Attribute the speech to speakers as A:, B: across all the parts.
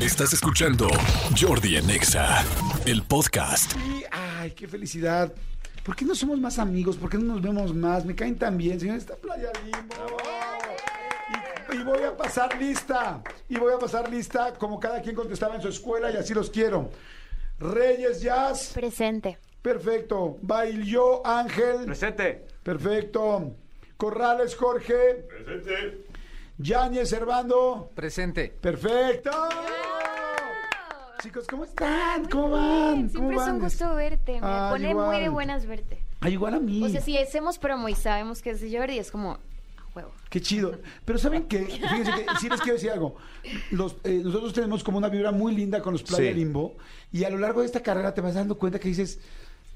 A: Estás escuchando Jordi en EXA, el podcast.
B: Sí, ay, qué felicidad. ¿Por qué no somos más amigos? ¿Por qué no nos vemos más? Me caen tan bien, señores. Esta playa linda. Y, y voy a pasar lista. Y voy a pasar lista como cada quien contestaba en su escuela y así los quiero. Reyes Jazz.
C: Presente.
B: Perfecto. Bailó Ángel.
D: Presente.
B: Perfecto. Corrales Jorge. Presente. Yáñez Servando.
D: Presente.
B: Perfecto. Chicos, ¿cómo están? ¿Cómo van? ¿Cómo
C: Siempre es
B: van?
C: un gusto verte. Me
B: Ah,
C: pone muy de
B: igual.
C: buenas verte.
B: Ah, igual a mí.
C: O sea, si hacemos promo y sabemos que es de Jordi, es como a huevo.
B: Qué chido. Pero ¿saben qué? Fíjense que sí les quiero decir algo. Los, eh, nosotros tenemos como una vibra muy linda con los Playa
D: Sí.
B: Limbo y a lo largo de esta carrera te vas dando cuenta que dices,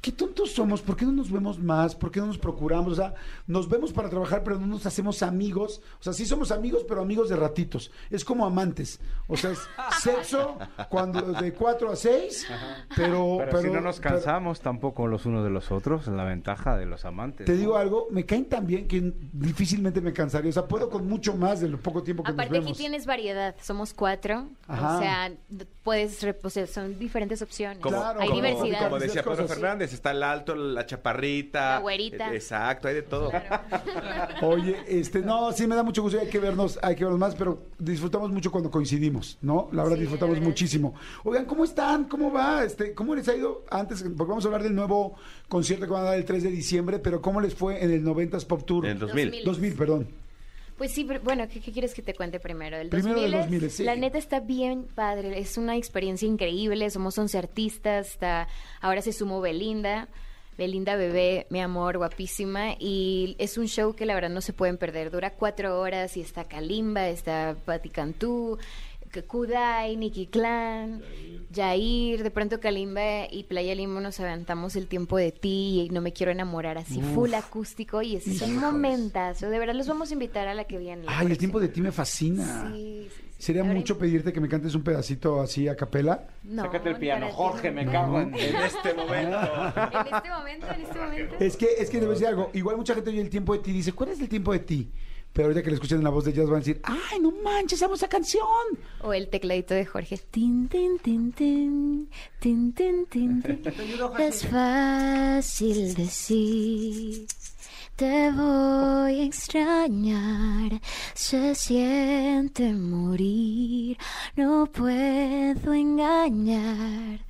B: qué tontos somos, ¿por qué no nos vemos más? ¿Por qué no nos procuramos? O sea, nos vemos para trabajar, pero no nos hacemos amigos. O sea, sí somos amigos, pero amigos de ratitos. Es como amantes. O sea, es sexo cuando de 4 a 6, pero,
E: Pero, si no nos
B: pero-
E: cansamos tampoco los unos de los otros, la ventaja de los amantes.
B: Te
E: ¿no?
B: digo algo, me caen tan bien que difícilmente me cansaría. O sea, puedo con mucho más de lo poco tiempo que nos
C: Aparte
B: vemos.
C: aquí tienes variedad. Somos cuatro.
B: Ajá.
C: O sea, d- puedes, re- o sea, son diferentes opciones.
B: Como- Claro,
C: Hay
B: como-
C: diversidad.
B: como
F: Como decía
B: Muchas
F: Pedro
B: cosas.
F: Fernández, está el alto, la chaparrita.
C: La güerita.
F: Eh, Exacto, hay de todo.
B: Oye, este, no, sí me da mucho gusto, y hay que vernos, hay que vernos más, pero disfrutamos mucho cuando coincidimos, ¿no? La verdad
C: Sí,
B: disfrutamos
C: la verdad.
B: muchísimo. Oigan, ¿cómo están? ¿Cómo va? Este, ¿cómo les ha ido antes? Porque vamos a hablar del nuevo concierto que van a dar el 3 de diciembre, pero ¿cómo les fue en el 90s Pop Tour?
F: En el 2000.
B: 2000, perdón.
C: Pues sí, pero bueno, ¿qué, qué quieres que te cuente primero? El
B: Primero del
C: 2000,
B: 2000, sí.
C: La neta está bien padre, es una experiencia increíble, somos 11 artistas, está, ahora se sumó Belinda, Belinda Bebé, mi amor, guapísima, y es un show que la verdad no se pueden perder, dura cuatro horas y está Kalimba, está Patti Cantú, K- Kudai, Nicky Clan, Jair, de pronto Kalimba y Playa Limbo nos aventamos el tiempo de ti y no me quiero enamorar así, full acústico y es, es un momentazo, de verdad los vamos a invitar a la que viene. la
B: Ay, el
C: próxima.
B: tiempo de ti me fascina.
C: Sí, sí, sí.
B: Sería
C: Ahora
B: mucho
C: im-
B: pedirte que me cantes un pedacito así a capela.
C: No,
E: Sácate el
C: ni
E: piano,
C: para ti,
E: Jorge,
C: no,
E: me
C: no.
E: cago en.
F: En este momento.
C: En este momento, en este momento.
B: Es que, es que debe decir algo. Igual mucha gente oye el tiempo de ti y dice, ¿cuál es el tiempo de ti? Pero ahorita que le escuchan en la voz de ellas van a decir, ¡ay, no manches, amo esa canción!
C: O el tecladito de Jorge. Tin, tin, tin, tin. Tin, tin, tin, tin. Es fácil decir. Te voy a extrañar, se siente morir, no puedo engañar,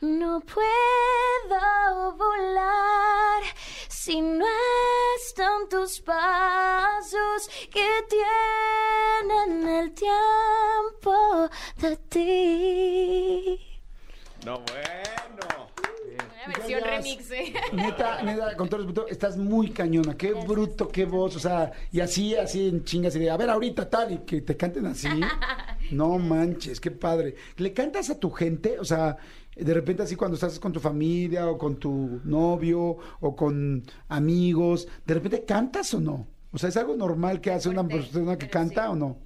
C: no puedo volar si no están tus pasos que tienen el tiempo de ti.
F: No, bueno.
C: Una versión remix, ¿eh?
B: Neta, neta, con todo respeto, estás muy cañona. Qué bruto, qué voz. O sea, y así, así en chingas. Y de, a ver, ahorita tal, y que te canten así. No manches, qué padre. ¿Le cantas a tu gente? O sea, de repente así cuando estás con tu familia o con tu novio o con amigos, ¿de repente cantas o no? O sea, ¿es algo normal que hace una
C: Fuerte,
B: persona que
C: pero
B: canta
C: sí.
B: o no?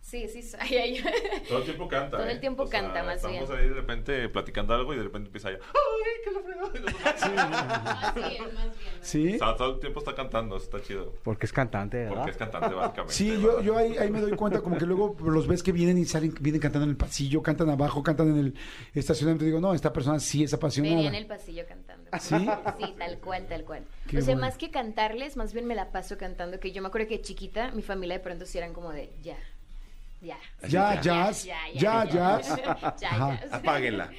C: Sí, sí, ay, ay.
G: Todo el tiempo canta.
C: Todo
G: ¿eh?
C: el tiempo canta, más
G: estamos
C: bien.
G: ahí de repente platicando algo y de repente empieza ya. ¡Ay, qué la fregada! Y nosotros-
C: Así es, más bien.
B: Sí.
G: O sea, todo el tiempo está cantando, eso está chido.
E: Porque es cantante, ¿verdad?
G: Porque es cantante, básicamente.
B: Sí, yo, yo ahí, ahí me doy cuenta como que luego los ves que vienen y salen, vienen cantando en el pasillo, cantan abajo, cantan en el estacionamiento. Digo, no, esta persona sí es
C: Me
B: apasionada.
C: iría en el pasillo cantando.
B: ¿Sí?
C: Sí, tal cual, tal cual.
B: Qué
C: o sea,
B: bueno.
C: más que cantarles, más bien me la paso cantando, que yo me acuerdo que chiquita, mi familia de pronto sí eran como de, ya, ya.
B: Ya, jazz, ya, jazz.
C: Ya,
B: Ajá.
C: jazz.
F: Apáguela.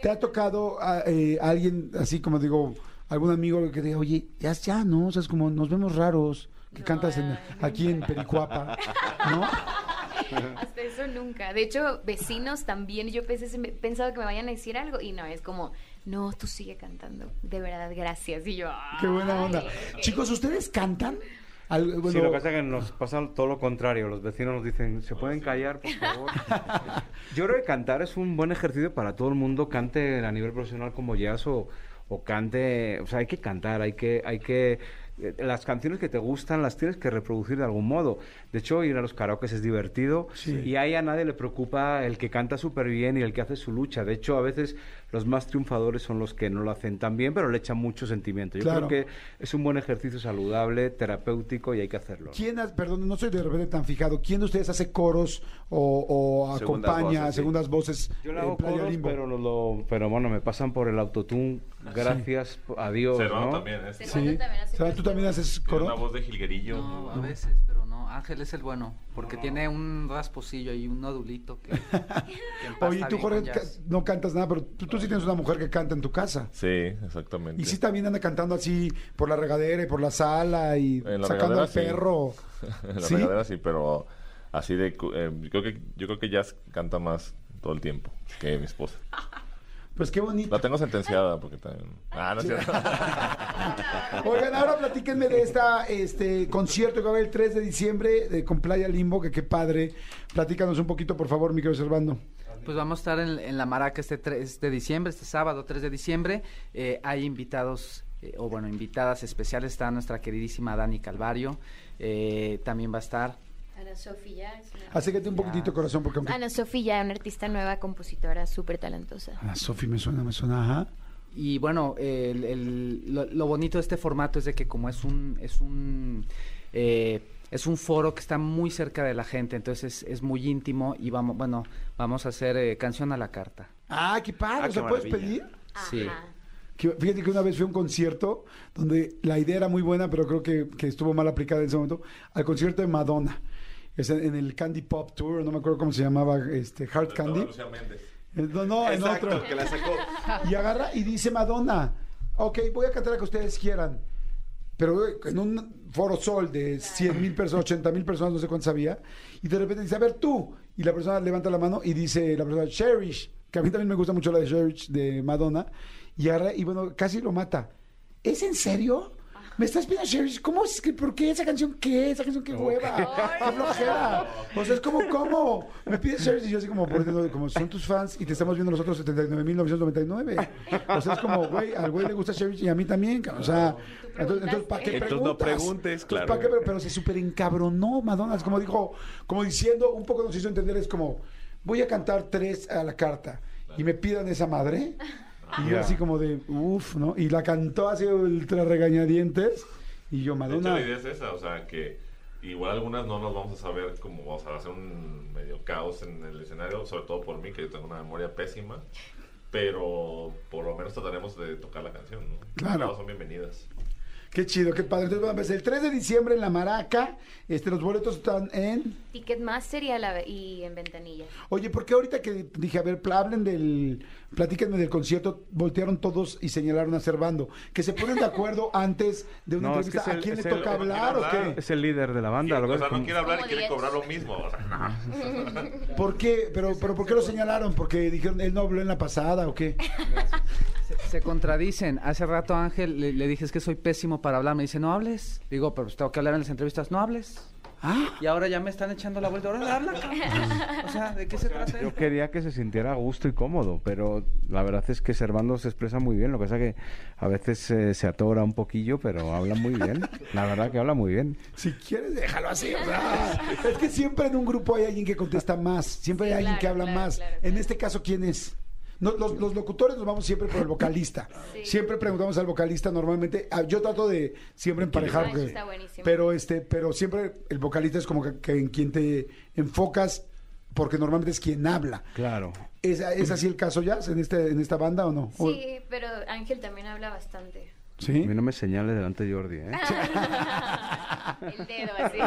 B: ¿Te ha tocado a, eh, alguien así como digo, algún amigo que diga, oye, ya, ya, ¿no? O sea, es como nos vemos raros que
C: No,
B: cantas en-
C: ay,
B: aquí en Pericuapa, ¿no?
C: Hasta eso nunca. De hecho, vecinos también, yo pensé, pensaba que me vayan a decir algo y no, es como, no, tú sigue cantando. De verdad, gracias. Y yo,
B: Qué buena onda.
C: ay.
B: Chicos, ¿ustedes cantan? Al- bueno,
E: Sí, lo que pasa es que nos pasa todo lo contrario. Los vecinos nos dicen, ¿se pueden callar, por favor? Yo creo que cantar es un buen ejercicio para todo el mundo, cante a nivel profesional como jazz o, o cante... O sea, hay que cantar, hay que, hay que eh, las canciones que te gustan las tienes que reproducir de algún modo. De hecho, ir a los karaokes es divertido y ahí a nadie le preocupa el que canta súper bien y el que hace su lucha. De hecho, a veces los más triunfadores son los que no lo hacen tan bien, pero le echan mucho sentimiento. Yo
B: Claro.
E: creo que es un buen ejercicio saludable, terapéutico y hay que hacerlo. ¿no?
B: ¿Quién, ha- perdón, no soy de repente tan fijado, ¿quién de ustedes hace coros o, o
F: Segundas
B: acompaña
F: voces, sí.
B: segundas voces
E: Yo le
B: en
E: hago
B: Playa
E: coros,
B: Limbo?
E: pero, lo- lo- pero bueno, me pasan por el autotune. Gracias a Dios.
G: Serrano
E: ¿no?
G: también, ¿eh?
B: Sí.
C: Servando también hace
B: O sea, ¿Tú también haces
G: Tiene una
B: coro?
G: voz de jilguerillo. muy
D: No, a
G: guapa.
D: veces, pero no. Ángel es el bueno, porque tiene un rasposillo y un nodulito que, que empasta
B: Oye, tú,
D: bien con
B: Jorge, ca-
D: jazz.
B: no cantas nada, pero tú, tú sí tienes una mujer que canta en tu casa.
G: Sí, exactamente.
B: Y sí también anda cantando así por la regadera y por la sala y
H: En la
B: sacando
H: regadera,
B: al
H: sí.
B: perro.
H: En la
B: ¿Sí?
H: regadera sí, pero así de... cu- eh, yo, creo que, yo creo que jazz canta más todo el tiempo que mi esposa.
B: Pues qué bonito.
H: La tengo sentenciada porque también... Ah, no es cierto.
B: Oigan, ahora platíquenme de esta este concierto que va a haber el 3 de diciembre de, con Playa Limbo, que qué padre. Platícanos un poquito, por favor, mi querido Servando.
D: Pues vamos a estar en, en la Maraca este 3 de diciembre, este sábado 3 de diciembre. Eh, hay invitados, eh, o bueno, invitadas especiales. Está nuestra queridísima Dani Calvario. eh, también va a estar.
C: Ana Sofía. es una-
B: Acércate un poquitito, corazón, porque aunque...
C: Ana Sofía, una artista nueva, compositora súper talentosa.
B: Ah, Sofi, me suena, me suena, ajá.
D: Y bueno, eh, el- el- lo, lo bonito de este formato es de que como es un es un eh, es un foro que está muy cerca de la gente, entonces es, es muy íntimo y vamos bueno vamos a hacer eh, canción a la carta.
B: Ah, qué padre,
F: Ah,
B: o sea,
F: qué
B: ¿puedes
F: maravilla.
B: pedir?
D: Sí.
C: Ajá.
B: Que- fíjate que una vez fui a un concierto donde la idea era muy buena, pero creo que, que estuvo mal aplicada en ese momento, al concierto de Madonna. Es en, en el Candy Pop Tour, no me acuerdo cómo se llamaba, este, Hard
G: Estaba
B: Candy.
G: Lucía Méndez.
B: Eh, No, no, en
F: Exacto,
B: otro.
F: que la sacó.
B: Y agarra y dice Madonna, ok, voy a cantar la que ustedes quieran. Pero eh, en un foro sol de 100 mil personas, 80 mil personas, no sé cuántas había. Y de repente dice, a ver tú. Y la persona levanta la mano y dice, la persona, Cherish. Que a mí también me gusta mucho la de Cherish de Madonna. Y agarra y bueno, casi lo mata. ¿Es en serio? ¿Me estás pidiendo Cherish? ¿Cómo es que, por qué esa canción qué? ¿Esa canción qué hueva? ¡Qué flojera! O sea, es como, ¿cómo? Me pides Cherish y yo así como, por dentro, como son tus fans y te estamos viendo nosotros 79.999. O sea, es como, güey, al güey le gusta Cherish y a mí también. cabrón. O sea, entonces, entonces ¿para qué preguntas?
F: Entonces no preguntes, claro.
B: ¿para qué? Pero, pero se súper encabronó Madonna. Es como dijo, como diciendo, un poco nos hizo entender, es como, voy a cantar tres a la carta y me pidan esa madre. Y yo así como de, uff, ¿no? Y la cantó así ultra regañadientes. Y yo,
G: De hecho,
B: Madonna,
G: la idea es esa, o sea, que igual algunas no nos vamos a saber cómo vamos a hacer un medio caos en el escenario, sobre todo por mí, que yo tengo una memoria pésima, pero por lo menos trataremos de tocar la canción, ¿no?
B: Claro.
G: Todas son bienvenidas.
B: qué chido, qué padre. Entonces, vamos a empezar el 3 de diciembre en La Maraca. Este, los boletos están en...
C: Ticketmaster y, a la, y en ventanilla.
B: Oye, ¿por qué ahorita que dije, a ver, pl- hablen del, platíquenme del concierto, voltearon todos y señalaron a Cervando? ¿Que se ponen de acuerdo antes de una
E: No, es que
B: entrevista
E: es el-
B: a quién le
E: es el- Ah,
B: toca
G: ¿con quién
B: hablar o
G: hablar?
B: qué?
E: Es el líder de la banda. lo
G: o
E: ves
G: sea, no
E: como-
G: quiere hablar y
C: Como
G: quiere
C: diez.
G: cobrar lo mismo. O sea, no.
B: ¿Por qué? ¿Pero, pero por qué lo señalaron? ¿Porque dijeron, él no habló en la pasada o qué?
D: Se, se contradicen. Hace rato Ángel le, le dije es que soy pésimo para hablar, me dice no hables. Digo pero pues, tengo que hablar en las entrevistas, no hables.
B: Ah,
D: Y ahora ya me están echando la vuelta, ahora habla. cabrón. O sea, ¿de qué se trata?
E: Yo
D: esto?
E: quería que se sintiera a gusto y cómodo, pero la verdad es que Servando se expresa muy bien. Lo que pasa que a veces eh, se atora un poquillo, pero habla muy bien. La verdad que habla muy bien.
B: si quieres déjalo así. o sea, es que siempre en un grupo hay alguien que contesta más, siempre hay
C: Sí,
B: alguien que
C: claro,
B: habla
C: claro,
B: más.
C: claro,
B: En
C: claro.
B: este caso, ¿quién es? No, los, los locutores nos vamos siempre por el vocalista.
C: Sí.
B: Siempre preguntamos al vocalista normalmente. ah, Yo trato de siempre emparejar.
C: Ah, eso
B: que-
C: está buenísimo.
B: Pero este, pero siempre el vocalista es como que, que en quien te enfocas, porque normalmente es quien habla.
E: Claro.
B: ¿Es, es así el caso ya en este, en esta banda o no? O-
C: Sí, pero Ángel también habla bastante.
E: A
B: ¿Sí?
E: mí no me señales delante de Jordi, ¿eh?
B: Ah.
C: El dedo así.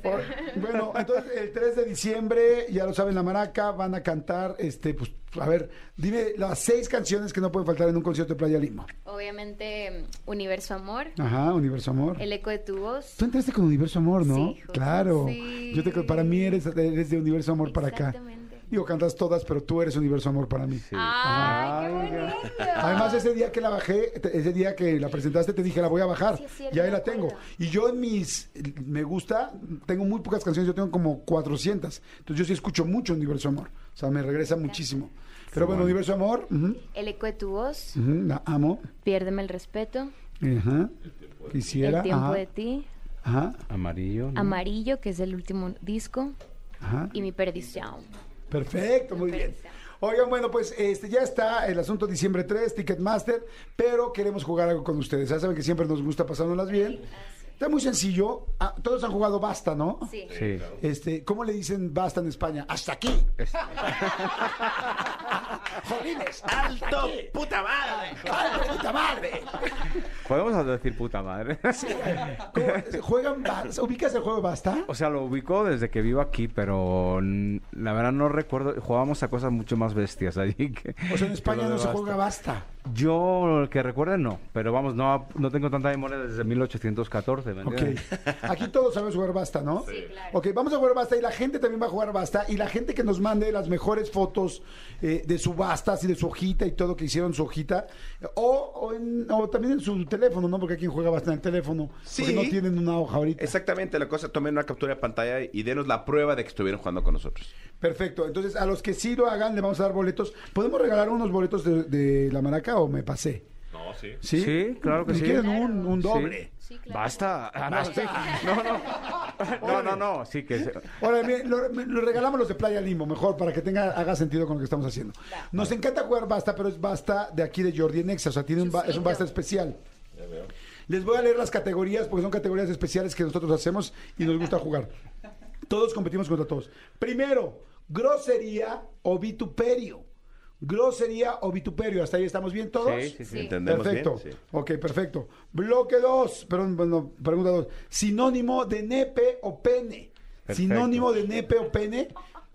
B: Por- Bueno, entonces el 3 de diciembre, ya lo saben, la maraca, van a cantar, este, pues, a ver, dime las seis canciones que no pueden faltar en un concierto de Playa Lima.
C: Obviamente, Universo Amor,
B: Ajá, Universo Amor.
C: El Eco de tu Voz.
B: Tú entraste con Universo Amor, ¿no?
C: Sí, Jorge,
B: claro.
C: sí.
B: Yo te para mí eres, eres de Universo Amor para acá.
C: Exactamente.
B: Digo, cantas todas, pero tú eres Universo Amor para mí.
C: ¡Ay, qué bonito!
B: Además, ese día que la bajé, te- ese día que la presentaste, te dije, la voy a bajar.
C: Sí, es cierto,
B: y ahí
C: me
B: la
C: acuerdo.
B: tengo. Y yo en mis, me gusta, tengo muy pocas canciones, yo tengo como 400. Entonces yo sí escucho mucho Universo Amor. O sea, me regresa muchísimo. Pero bueno, Universo Amor, ujú,
C: El Eco de tu Voz,
B: ujú, la amo.
C: Piérdeme el respeto.
B: Ajá. Quisiera.
C: El tiempo
B: ajá, Mm.
C: de ti,
B: Ajá.
E: Amarillo. ¿no?
C: Amarillo, que es el último disco,
B: Ajá.
C: y Mi Perdición.
B: Perfecto, muy bien.
C: Perfecto.
B: Oigan, bueno, pues este ya está el asunto diciembre 3, Ticketmaster, pero queremos jugar algo con ustedes. Ya saben que siempre nos gusta pasándolas bien. Está muy sencillo. Ah, todos han jugado basta, ¿no?
C: Sí.
E: Sí.
B: Este, ¿cómo le dicen basta en España? Hasta aquí. Jolines, hasta
F: ¡Alto!
B: aquí.
F: ¡Puta madre!
B: ¡Ay, puta madre!
E: Podemos decir puta madre.
B: ¿Cómo- ¿Juegan basta? ¿Ubicas el juego basta?
E: O sea, lo ubico desde que vivo aquí, pero mm, la verdad no recuerdo. Jugábamos a cosas mucho más bestias allí que.
B: O sea, en
E: que
B: España
E: lo
B: no
E: de
B: se
E: basta.
B: juega basta.
E: Yo, el que recuerde, no. Pero vamos, no, no tengo tanta memoria desde 1814. ¿me
B: Ok.
E: entiendes?
B: Aquí todos sabemos jugar basta, ¿no? Sí, claro. Ok, vamos a jugar basta y la gente también va a jugar basta. Y la gente que nos mande las mejores fotos eh, de su basta, así de su hojita y todo que hicieron su hojita. O, o en- o también en su teléfono, ¿no? Porque aquí juega basta en el teléfono.
F: Sí.
B: Porque no tienen una hoja ahorita.
F: Exactamente, la cosa, tomen una captura de pantalla y denos la prueba de que estuvieron jugando con nosotros.
B: Perfecto. Entonces, a los que sí lo hagan, le vamos a dar boletos. ¿Podemos regalar unos boletos de, de la maraca o me pasé?
G: No, sí.
B: Sí,
E: Sí, claro que
B: Si
E: sí.
B: quieren un, un doble.
E: Sí. Basta. Ah, no,
B: Basta.
E: sí. No, no. No, no, no. Sí que. se-
B: Ahora, bien, lo, lo regalamos los de Playa Limbo, mejor, para que tenga, haga sentido con lo que estamos haciendo. Nos encanta jugar basta, pero es basta de aquí de Jordi en Exa, o sea, tiene un ba- es un basta especial. Les voy a leer las categorías, porque son categorías especiales que nosotros hacemos y nos gusta jugar. Todos competimos contra todos. Primero, grosería o vituperio. Grosería o vituperio. Hasta ahí estamos bien todos.
E: Sí, sí, sí.
F: ¿Entendemos
B: perfecto.
F: bien? Sí.
B: Ok, perfecto. Bloque 2, perdón, bueno, pregunta 2. Sinónimo de nepe o pene.
E: Perfecto.
B: Sinónimo de nepe o pene,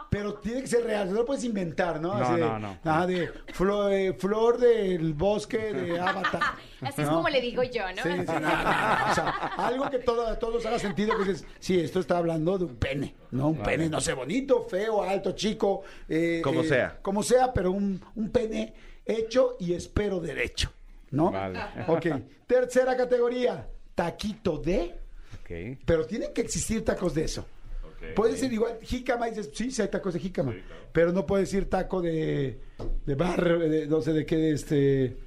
B: pero tiene que ser real, no lo puedes inventar, ¿no?
E: No,
B: Así de-
E: no, no.
B: ajá, de flor, eh, flor del bosque de Avatar.
C: Así es
B: ¿no?
C: como le digo yo, ¿no?
B: Sí, sí, no, no, no. O sea, algo que todo, a todos haga sentido, que dices, sí, esto está hablando de un pene, ¿no? Un pene, no sé, bonito, feo, alto, chico. eh,
F: Como
B: eh,
F: sea.
B: Como sea, pero un, un pene hecho y espero derecho, ¿no?
E: Vale.
B: Ok. Tercera categoría, taquito de,
E: Ok.
B: pero tienen que existir tacos de eso.
G: Ok.
B: Puede ser igual, jícama, dices, sí, sí hay tacos de jícama, pero no puede decir taco de, de bar, de, no sé de qué, de este...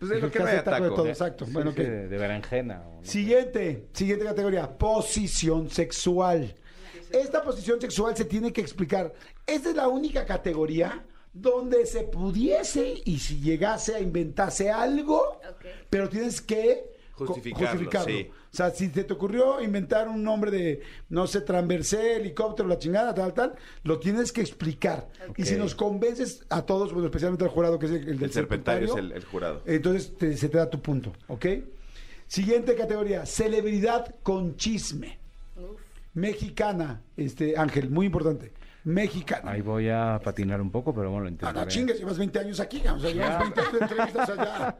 F: Pues es lo
B: El
F: que no
B: caso
F: haya
B: de taco de
F: taco.
B: todo, exacto.
E: Sí,
B: bueno,
E: sí,
B: ok.
E: de, de berenjena. o no.
B: Siguiente, siguiente categoría, posición sexual. Esta posición sexual se tiene que explicar. Esta es la única categoría donde se pudiese y si llegase a inventarse algo, pero tienes que co-
F: Justificarlo, sí.
B: O sea, si te, te ocurrió inventar un nombre de, no sé, transversé, helicóptero, la chingada, tal, tal, lo tienes que explicar. Y si
E: Ok.
B: nos convences a todos, bueno, especialmente al jurado, que es el, del
F: El serpentario es el, el jurado.
B: entonces te- se te da tu punto, ¿ok? Siguiente categoría, celebridad con chisme. Mexicana, este Ángel, muy importante. Mexicana.
E: Ahí voy a patinar un poco, pero bueno, lo
B: Ah,
E: intentaré.
B: no chingues, llevas 20 años aquí, o sea, llevas 20 años de entrevistas allá.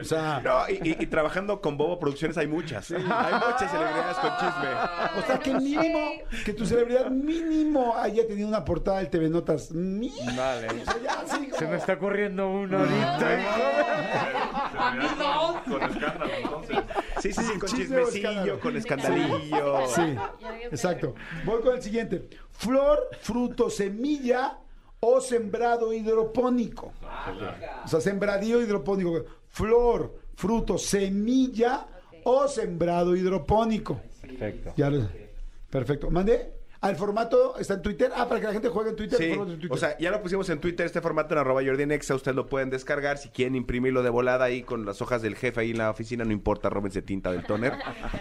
B: O sea,
F: No, y, y- y trabajando con Bobo Producciones hay muchas. Hay muchas celebridades con chisme.
B: o sea, que mínimo, que tu celebridad mínimo haya tenido una portada del TV Notas. Mínimo.
E: Vale.
B: O sea, ya, así
E: Se
B: como-
E: me está corriendo uno ahorita.
G: A mí
C: Ah,
G: no. Con escándalo, entonces.
F: Sí, sí, sí, con
B: Ah, Chisme o
F: chismecillo,
B: escándalo.
F: con escandalillo.
B: Sí, exacto. Voy con el siguiente. Flor, fruto, semilla o sembrado hidropónico.
F: Ah,
B: O sea, sembradío hidropónico. Flor, fruto, semilla o sembrado hidropónico.
E: Perfecto.
B: Ya lo- Perfecto. Mandé. Al formato está en Twitter. Ah, para que la gente juegue en Twitter. el
F: Sí,
B: formato de Twitter.
F: o sea, ya lo pusimos en Twitter, este formato en arroba Jordi en Exa, ustedes lo pueden descargar, si quieren imprimirlo de volada ahí con las hojas del jefe ahí en la oficina, no importa, róbense tinta del toner,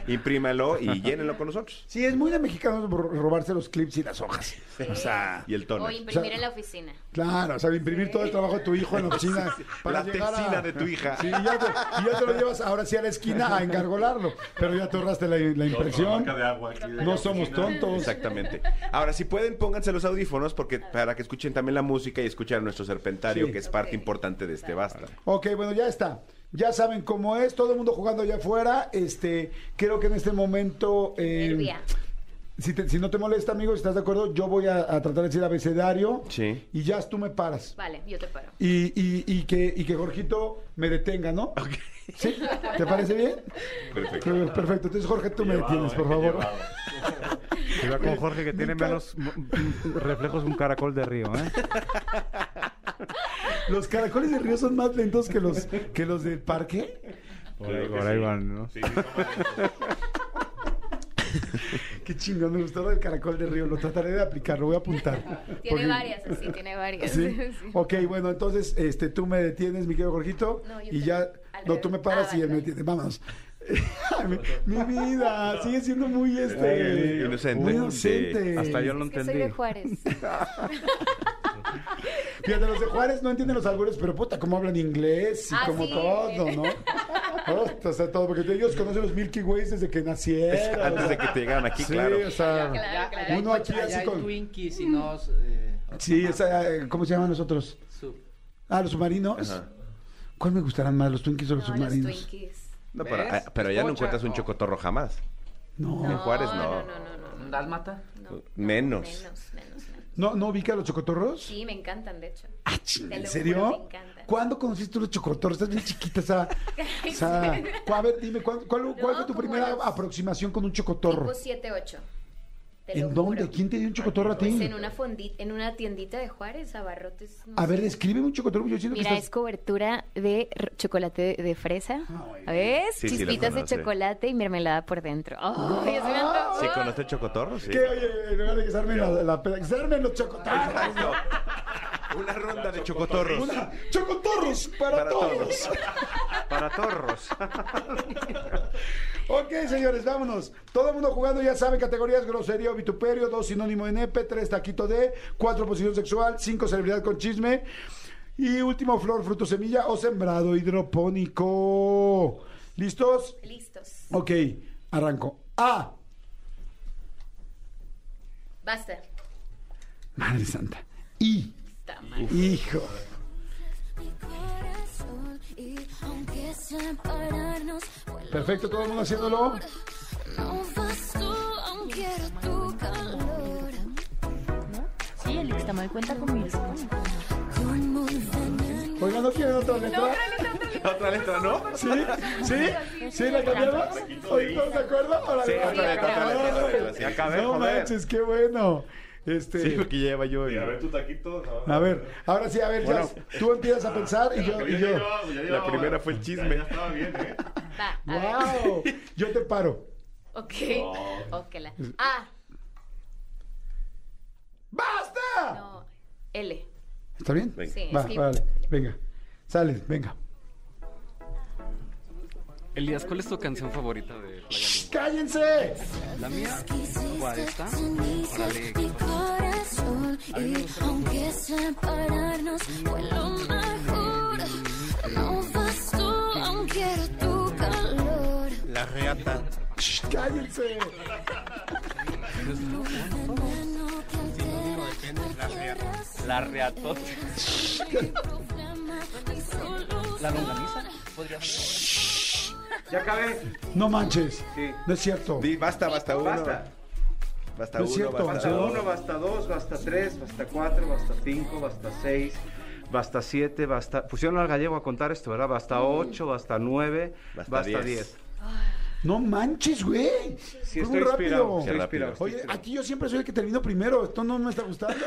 F: imprímanlo y llénenlo con nosotros.
B: sí, es muy de mexicanos ro- robarse los clips y las hojas. O sea,
F: Y el
C: O
F: toner.
C: imprimir
B: O sea,
C: en la oficina.
B: claro, o sea, imprimir todo el trabajo de tu hijo en la oficina. para
F: La
B: llegar a-
F: tesina de tu hija.
B: Sí, ya te, y ya te lo llevas ahora sí a la esquina a engargolarlo. Pero ya te ahorraste la, la
G: Con
B: impresión.
G: marca de agua aquí de
B: No
G: la
B: somos
G: oficina.
B: tontos.
F: Exactamente. Ahora, si pueden, pónganse los audífonos porque para que escuchen también la música y escuchar a nuestro serpentario,
B: Sí.
F: que es parte importante de este basta.
B: Ok, bueno, ya está. Ya saben cómo es, todo el mundo jugando allá afuera. Este, creo que en este momento. eh,
C: Nervia.
B: si, te- si no te molesta, amigo, si estás de acuerdo, yo voy a, a tratar de decir abecedario.
F: Sí.
B: Y ya tú me paras.
C: Vale, yo te paro.
B: Y, y- y que, y que Jorgito me detenga, ¿no? ¿Sí? ¿Te parece bien?
G: Perfecto.
B: Eh, Perfecto. Entonces, Jorge, tú me
G: Llevado,
B: detienes, por
G: eh,
B: favor.
G: llevado.
E: Iba con Jorge que tiene
B: Nunca-
E: menos m- m- reflejos que un caracol de río, ¿eh?
B: Los caracoles de río son más lentos que los, que los del parque.
E: Por ahí,
G: Creo que
E: por ahí
G: sí.
E: van, ¿no?
G: Sí, sí, son maestros.
B: Qué chingón, me gustó el caracol de río. Lo trataré de aplicar, lo voy a apuntar.
C: Tiene
B: Porque-
C: varias, sí, tiene varias.
B: ¿Sí?
C: Sí.
B: Ok, bueno, entonces este, tú me detienes, mi querido Jorgito,
C: No, yo
B: y
C: te-
B: ya...
C: al
B: No, tú
C: revés.
B: me paras
C: Ah,
B: y él me
C: vale, vale.
B: detiene. Vámonos. Ay, mi, mi vida, sigue siendo muy
F: Ay,
B: este...
F: Inocente.
B: Muy
F: Sí.
B: inocente.
E: Hasta yo lo
C: Es que soy de
E: entendí.
C: Juárez.
B: Fíjate, los de Juárez no entienden los albures, pero puta, cómo hablan inglés y
C: Ah,
B: como
C: sí.
B: todo, ¿no? Hostia, o sea, todo, porque ellos conocen los Milky Ways desde que nacieron. o
F: Antes de
B: sea.
F: que te llegaran aquí,
B: Sí,
F: claro.
B: o sea,
C: Claro, claro.
B: uno aquí
I: allá
B: así
I: hay
B: con...
I: Twinkies y no... eh, otro
B: Sí,
I: más.
B: o sea, eh, ¿cómo se llaman los otros?
I: Su-
B: Ah, los submarinos.
F: Ajá.
B: ¿Cuál me gustarán más, los Twinkies o los
C: No, los
B: submarinos?
C: Twinkies.
F: No, pero,
I: ¿Ves?
F: ah, pero ya no
I: Escucha.
F: encuentras un chocotorro jamás.
B: no.
F: En
B: no.
F: Juárez
C: no.
F: no.
C: No, no, no, no,
I: ¿Un dálmata?
C: no, no.
F: Menos.
C: Menos, menos, menos.
B: ¿No, ubica los chocotorros?
C: Sí, me encantan, de hecho.
B: Ah, chinga,
C: Te
B: ¿En
C: lo
B: serio?
C: juro, me encantan.
B: ¿Cuándo conociste tú los chocotorros? Estás bien chiquita, o sea, o sea, cu- a ver, dime, ¿cuál, cuál, cuál
C: No,
B: fue tu
C: como
B: primera
C: los-
B: aproximación con un chocotorro?
C: Tipo 7, 8.
B: ¿En dónde? ¿Quién te dio un chocotorro a ti?
C: Pues en una, fondi- en una tiendita de Juárez, abarrotes. no
B: A ver,
C: sé.
B: describe un chocotorro, yo siento
C: Mira,
B: que
C: es
B: estás...
C: cobertura de r- chocolate de, de fresa. ¿Ves?
F: Sí, sí, la
C: Chispitas de
F: conozco.
C: chocolate y mermelada por dentro. ¡Ay, es una
F: ¿Sí conoces chocotorro? Sí.
B: ¿Qué, oye, en lugar de que se armen, la, la peda- que se armen los chocotorros?
F: Exacto. Una ronda de chocotorros.
B: Una- ¡Chocotorros para,
F: Para
B: todos.
F: todos. Para torros.
B: Ok, señores, vámonos. Todo el mundo jugando, ya saben, categorías grosería o vituperio, dos sinónimo de nepe, tres taquito de, cuatro posición sexual, cinco celebridad con chisme. Y último, flor, fruto, semilla o sembrado hidropónico. ¿Listos?
C: Listos.
B: Ok, arranco. A.
C: Basta.
B: Madre Santa. I.
C: Está mal.
B: Hijo. Perfecto, todo el mundo haciéndolo.
J: No vas tú, aunque quiero tu calor.
K: Sí, el Ixtamal cuenta con mi
J: Como veneno.
B: Oigan, ¿no quieren otra letra?
F: Otra letra, ¿no?
B: ¿Sí? ¿Sí? ¿Sí la cambiamos? ¿Oye, ¿Todos de acuerdo? Ahora,
F: Sí, otra letra, otra letra, otra letra, sí.
E: Acabé,
B: No
E: joder.
B: manches, qué bueno. Este,
F: Sí, porque lleva yo.
G: Y a ver tu taquito. no.
B: A ver, ahora sí, a ver, ya, tú empiezas a pensar y yo.
G: Pero
B: Y
G: ya
B: yo
G: llevaba- pues, ya
F: La
G: llevaba-
F: primera fue el
G: Ya,
F: chisme.
G: ya estaba bien, ¿eh?
C: Va. A ver.
B: ¡Wow! Yo te paro.
C: Ok.
G: No.
C: Ok. la- A.
B: ¡Basta!
C: No. L.
B: ¿Está bien?
F: Venga.
C: Sí,
B: Va,
C: es que-
B: vale. Venga. Sales, venga.
I: Elías, ¿cuál es tu canción favorita de Playa
B: ¡Cállense!
I: La mía, ¿cuál está?
J: Cenizas mi corazón. Y aunque separarnos fue lo mejor. No vas tú, aunque quiero tu calor.
F: La reata.
B: Shh, ¡Cállense!
J: Veneno que altera cualquier razón.
I: La reatota.
J: Mi problema, mi solución.
I: ¿La longaniza? Podría ser.
E: Ya acabé.
B: No manches.
E: Sí.
B: No es cierto.
F: Di, basta, basta uno.
E: Basta.
F: Basta
B: No es
F: uno,
B: cierto,
F: basta
E: Basta
B: Marcelo.
F: dos.
E: uno, basta dos, basta tres, basta cuatro, basta cinco, basta seis, basta siete, basta... Pusieron al gallego a contar esto, ¿verdad? Basta ocho, basta nueve,
F: Mm. Basta
E: basta
F: diez.
E: diez.
B: No manches, güey.
E: Sí,
B: Fue muy
E: estoy
B: rápido.
E: inspirado. estoy
F: Qué
E: inspirado,
F: rápido.
E: estoy
B: Oye,
E: inspirado.
B: aquí yo siempre soy el que termino primero. Esto no me está gustando.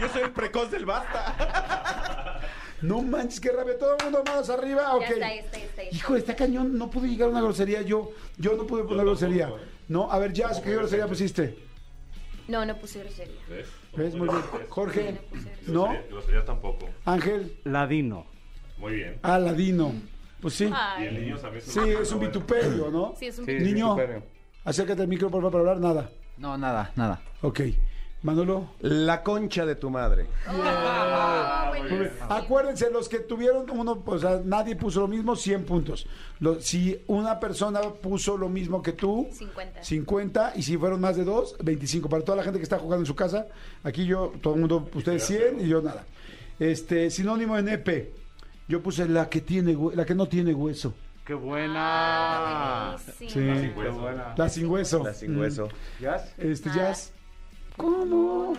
F: Yo soy el precoz del basta.
B: No manches, qué rabia. Todo el mundo manos arriba. Ok.
C: Ya está, ya está, ya está. ya está.
B: Hijo, está cañón. No pude llegar a una grosería. Yo yo no pude poner grosería. No, a ver, Jazz, ¿qué grosería pusiste?
C: No, no puse grosería.
G: ¿Ves?
B: ¿Ves? Muy bien.
G: Pues,
B: Jorge, ¿no?
G: Grosería- Grosería tampoco.
B: Ángel,
E: Ladino.
G: Muy bien.
B: Aladino. Pues sí.
G: Y
C: Ay.
G: el niño también
B: Sí, es
G: ¿eh?
B: un vituperio, ¿no?
C: Ah. Sí, es un
E: Sí, sí,
B: Niño,
E: supere.
B: acércate al micro, por favor, para hablar. Nada.
D: No, nada, nada.
B: Ok. Manolo.
F: La concha de tu madre.
C: Ah, buenísimo.
B: Acuérdense, los que tuvieron uno, o sea, nadie puso lo mismo, 100 puntos. Lo- si una persona puso lo mismo que tú,
C: 50.
B: 50, y si fueron más de dos, 25. Para toda la gente que está jugando en su casa, aquí yo, todo el mundo, ustedes 100 y yo nada. Este, sinónimo de nepe. Yo puse la que tiene, hue- la que no tiene hueso.
E: ¡Qué buena!
C: Ah, Buenísimo.
B: Sí.
G: Así
E: ¡Qué
G: pues,
E: buena!
B: La sin hueso.
F: Ah. La sin hueso.
B: Mm.
E: ¿Ya?
B: Este,
C: Ah.
B: Jazz. ¿Cómo?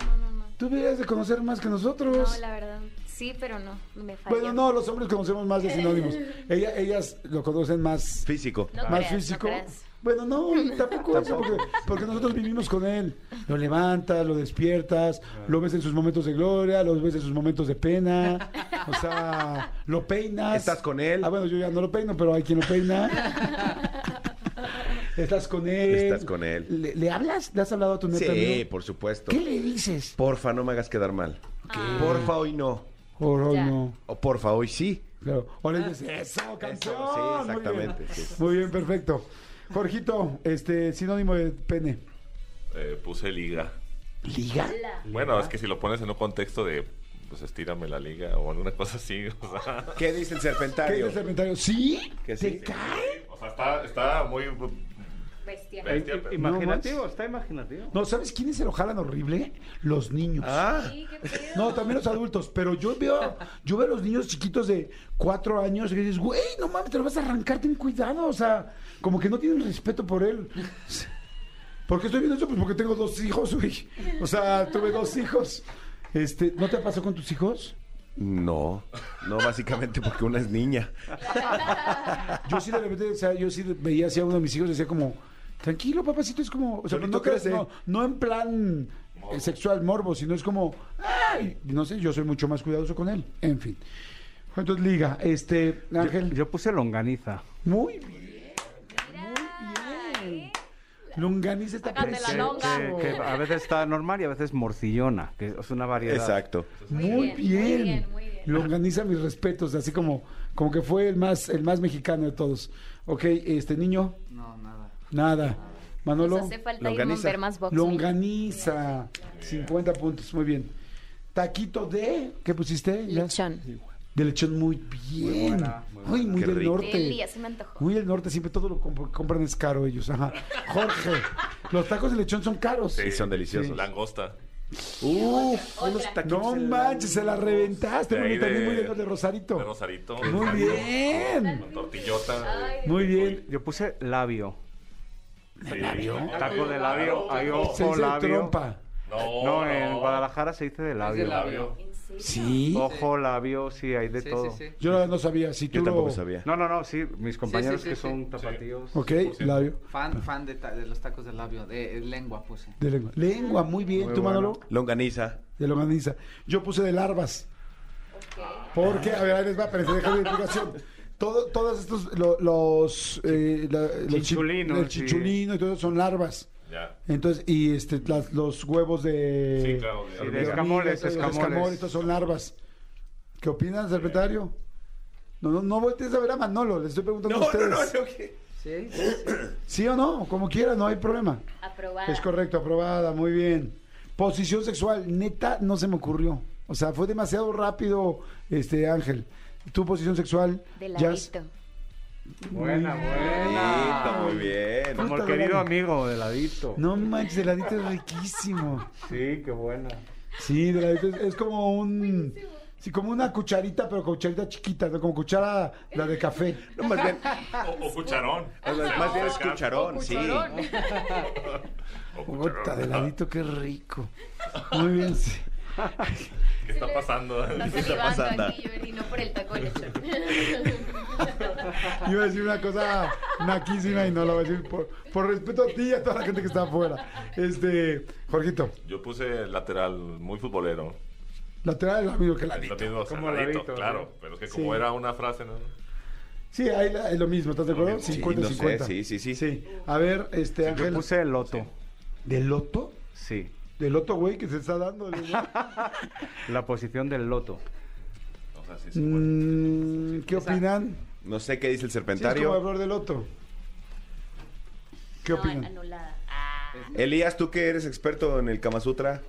B: Tú deberías de conocer más que nosotros.
C: No, la verdad. Sí, pero no. Me falló.
B: bueno, no, los hombres conocemos más de sinónimos. Ella- ellas lo conocen más
F: Físico.
C: No
B: más
C: creas, no
B: físico.
C: creas.
B: bueno, no, tampoco eso, porque, porque nosotros vivimos con él. Lo levantas, lo despiertas, lo ves en sus momentos de gloria, lo ves en sus momentos de pena. O sea, lo peinas.
F: Estás con él.
B: Ah, bueno, yo ya no lo peino, pero hay quien lo peina. Estás con él.
F: Estás con él.
B: ¿Le, le hablas? ¿Le has hablado a tu neta?
F: Sí,
B: amigo?
F: por supuesto.
B: ¿Qué le dices?
F: Porfa, no me hagas quedar mal. Porfa, hoy no.
B: Por hoy
C: Ya.
B: Oh, no.
F: O porfa, hoy sí.
B: Claro. O le dices, eso, campeón.
F: Eso, sí,
B: Muy bien.
F: exactamente. sí.
B: Muy bien, perfecto. Jorgito, este, sinónimo de pene.
G: Eh, puse liga.
B: ¿Liga?
G: Bueno, es que si lo pones en un contexto de, pues estírame la liga o alguna cosa así, o sea...
F: ¿Qué dice el
B: ¿Qué
F: serpentario?
B: dice el comentario? ¿Sí?
F: Que
B: ¿Te
F: sí.
B: cae?
G: O sea, está, está muy
C: Bestia.
G: bestia,
B: eh,
G: pero-
E: Imaginativo, está imaginativo.
B: No, ¿sabes quiénes se lo jalan horrible? Los niños.
F: Ah,
C: Sí, qué pedo.
B: No, también los adultos, pero yo veo, yo veo a los niños chiquitos de cuatro años que dices, güey, no mames, te lo vas a arrancar, ten cuidado, o sea, como que no tienen respeto por él. ¿Por qué estoy viendo eso? Pues porque tengo dos hijos, güey. O sea, tuve dos hijos. Este, ¿no te pasó con tus hijos?
F: no. No, básicamente porque una es niña.
B: Yo sí de repente, o sea, yo sí veía hacia uno de mis hijos y decía como, tranquilo, papacito, es como, o sea, pero
F: Solito
B: no, creas-
F: crece.
B: no, no en plan eh, sexual morbo, sino es como, ay, no sé, yo soy mucho más cuidadoso con él, en fin. Entonces, liga, este,
E: Yo,
B: Ángel,
E: yo puse longaniza.
B: muy bien, muy bien. Longaniza está
C: ¿eh? Sácate la
E: Que,
B: precioso.
C: longa.
E: que- que a veces está normal y a veces morcillona, que es una variedad.
F: Exacto.
B: Muy
C: Muy bien, muy
B: bien.
C: bien, muy bien.
B: Longaniza mis respetos, así como, como que fue el más, el más mexicano de todos. Ok, este niño,
D: No, nada.
B: nada. Manolo.
C: Nos Pues hace falta ir a
F: Longaniza.
C: ver más box.
B: Longaniza. 50 puntos, muy bien. Taquito de, ¿qué pusiste? Ya.
C: Lechón.
B: De lechón, muy bien. Muy,
E: buena, muy
B: Ay, muy
F: Qué
B: del
F: rico.
B: norte.
C: Delia, se me antojó.
B: Muy del norte, siempre todo lo comp- compran es caro ellos. Ajá. Jorge, los tacos de lechón son caros.
F: Sí, son deliciosos.
G: Langosta.
F: Uf, unos
B: No
F: taquitos en la-
B: manches, se la reventaste.
G: De
B: Muy
G: ahí
B: bien, Este también
G: de-
B: muy del norte de Rosarito.
G: De Rosarito.
B: Muy
G: Exacto.
B: bien.
G: Con tortillota.
C: Ay,
B: Muy bien.
E: Yo puse labio.
G: ¿Labio?
E: Taco de labio, hay
G: No,
B: Se
E: ojo,
B: dice
E: labio.
B: trompa.
G: No,
E: No, en Guadalajara se dice Oh. de labio.
G: Labio.
C: ¿en serio?
B: Sí.
E: Ojo, labio, sí, hay de
D: Sí,
E: todo.
D: sí, sí.
B: Yo la verdad no sabía. Si tú
F: Yo
B: lo-
F: tampoco sabía.
E: No, no, no, sí, mis compañeros
D: sí,
E: que
D: sí.
E: son tapatíos.
B: Ok,
G: 100%.
B: labio.
D: Fan, fan de, ta- de los tacos de labio, de, de lengua puse.
B: De lengua. Lengua, muy bien.
E: Muy
B: ¿Tú,
E: bueno.
B: Manolo?
F: Longaniza.
B: de longaniza. Yo puse de larvas. Porque, a ver, ahí les va, pero dejar la explicación. Todo, todos estos, lo- los... eh, la- los chi-
E: Chinchulinos,
B: El
E: sí.
B: chinchulino y todo eso son larvas.
G: Ya.
B: Entonces, y este, las- los huevos de...
G: Sí, claro. de-
E: Sí, de
B: hormigas,
E: escamoles,
B: los
E: escamoles.
B: estos son larvas. ¿Qué opinan, secretario? No, no, no voltees a ver a Manolo, les estoy preguntando a ustedes.
D: Sí,
B: ¿Sí o no? Como quieran, no hay problema.
C: Aprobada.
B: Es correcto, aprobada, muy bien. Posición sexual, neta, no se me ocurrió. O sea, fue demasiado rápido, este Ángel. Tu posición sexual,
C: De
B: Jazz?
C: ladito.
E: Buena,
F: Bonito,
E: buena.
F: muy bien.
E: Como el
B: Fruta de
E: querido
B: labio.
E: amigo de ladito.
B: No manches, el ladito es riquísimo.
E: Sí, qué buena.
B: Sí, de ladito es, es como un. Sí, como una cucharita, pero cucharita chiquita, ¿no? como cuchara la de café.
F: No, más bien,
G: O, o cucharón.
B: Ah,
F: más bien es
G: Pescar.
F: cucharón, sí.
G: O cucharón. Ah,
B: Puta, de ladito, qué rico. Muy bien, sí.
G: ¿Qué está pasando?
C: Está
F: está
C: salivando
F: pasando?
C: aquí, Jordi, no por el taco de lechón.
B: Iba a decir una cosa naquísima y no la voy a decir por, por respeto a ti y a toda la gente que está afuera. Este, Jorgito,
G: Yo puse lateral muy futbolero.
B: lateral del amigo que la
G: Lo mismo, o sea,
E: Como
G: ladito,
E: ladito,
G: claro.
E: ¿no?
G: Pero es que como
B: Sí.
G: era una frase, ¿no?
B: Sí, ahí la- es lo mismo, ¿estás de acuerdo?
F: Sí,
B: 50
F: no sé,
B: 50.
F: sí, sí, sí.
B: A ver, este Ángel.
E: Yo puse el loto.
B: ¿De loto?
E: Sí.
B: ¿De loto, güey, que se está dando? el-
E: La posición del loto.
G: O sea, sí, sí.
B: Mm, ¿Qué opinan?
F: No sé qué dice el
B: Sí, es como
F: serpentario.
B: hablar de loto. ¿Qué
C: No,
B: opinan?
C: anulada. Ah,
F: Elías, tú que eres experto en el Kama Sutra.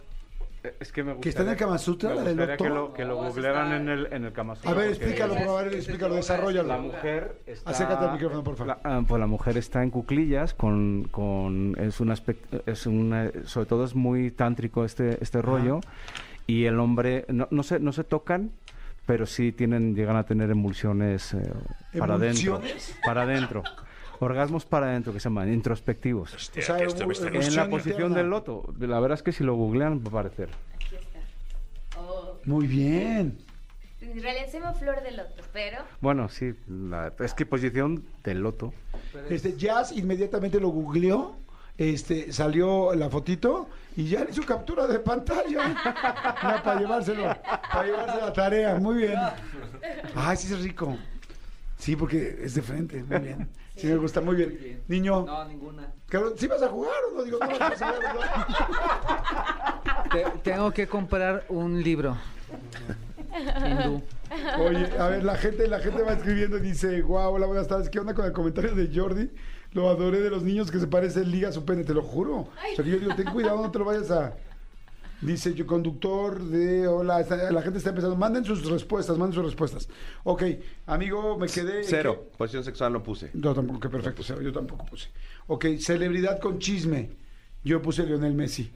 E: Eh, Es que me gusta.
B: ¿Que está en el Kama Sutra, la del
E: Que
B: loto?
E: lo, que lo
D: No, eso
E: googlearan
D: está-
E: en el, en el Kama Sutra,
B: A ver,
E: porque
B: explícalo, por favor, explícalo, desarrollalo.
E: La mujer está...
B: Acércate al micrófono, por favor.
E: La, ah, pues la mujer está en cuclillas con, con es un aspecto es una sobre todo es muy tántrico este este rollo y el hombre no, no se no se tocan pero sí tienen llegan a tener emulsiones eh, para adentro
B: ¿Emulsiones?
E: para adentro orgasmos para adentro que se llaman introspectivos
B: O sea,
G: esto me está
B: evolución
E: en la posición
B: interna.
E: del loto la verdad es que si lo googlean va a aparecer
C: aquí está. Oh,
B: Muy bien.
C: en realidad se llama flor de loto, pero
E: bueno sí la- es que posición del loto
B: Este Jazz inmediatamente lo googleó. este, salió la fotito y ya le hizo captura de pantalla. Ya, para llevárselo, para llevarse la tarea. Muy bien. Ay, sí es rico. Sí, porque es de frente. Muy bien. Sí, me gusta. Muy bien. Niño.
D: No, ninguna.
B: Cabrón, ¿sí vas a jugar o no? Digo, no vas a pasar,
D: Te- tengo que comprar un libro. Hindú.
B: Oye, a ver, la gente, la gente va escribiendo y dice, wow, hola, buenas tardes. ¿Qué onda con el comentario de Jordi? Lo adoré de los niños que se parece en Liga su pene, te lo juro. O sea, que yo digo, ten cuidado, no te lo vayas a... Dice yo, conductor de... Hola, está- la gente está empezando. Manden sus respuestas, manden sus respuestas. Ok, amigo, me quedé...
F: Cero. Posición sexual no puse.
B: Yo tampoco, que perfecto, cero, yo tampoco puse. Ok, celebridad con chisme. Yo puse Lionel Messi.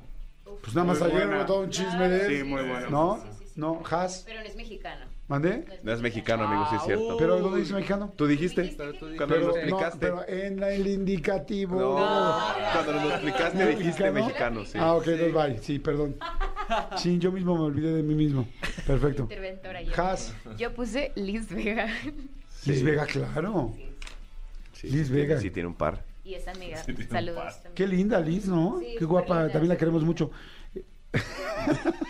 B: Pues nada más
F: Muy
B: ayer
F: buena.
B: hubo todo un chisme de él.
F: Sí, muy bueno.
B: ¿No? No, Has,
C: Pero no es mexicano.
B: ¿mandé?
F: No es mexicano, amigo, sí es cierto.
B: ¿Pero dónde dice mexicano?
F: Tú dijiste. Cuando nos
B: Pero,
F: lo
B: no,
F: explicaste.
B: pero en la- el indicativo.
F: No, cuando nos lo explicaste dijiste mexicano, sí.
B: Ah, ok, entonces bye. Sí, perdón. Sí, yo mismo me olvidé de mí mismo. Perfecto.
C: Interventora yo.
B: Has.
C: Yo puse Liz Vega.
B: Liz Vega, claro.
F: Sí,
B: Liz
F: sí,
B: Vega.
F: Sí, tiene un par.
C: Y es amiga.
G: Sí, tiene un
C: Saludos.
G: par.
B: Qué linda Liz, ¿no?
C: Sí,
B: Qué
C: súper
B: guapa,
C: linda.
B: también la queremos mucho.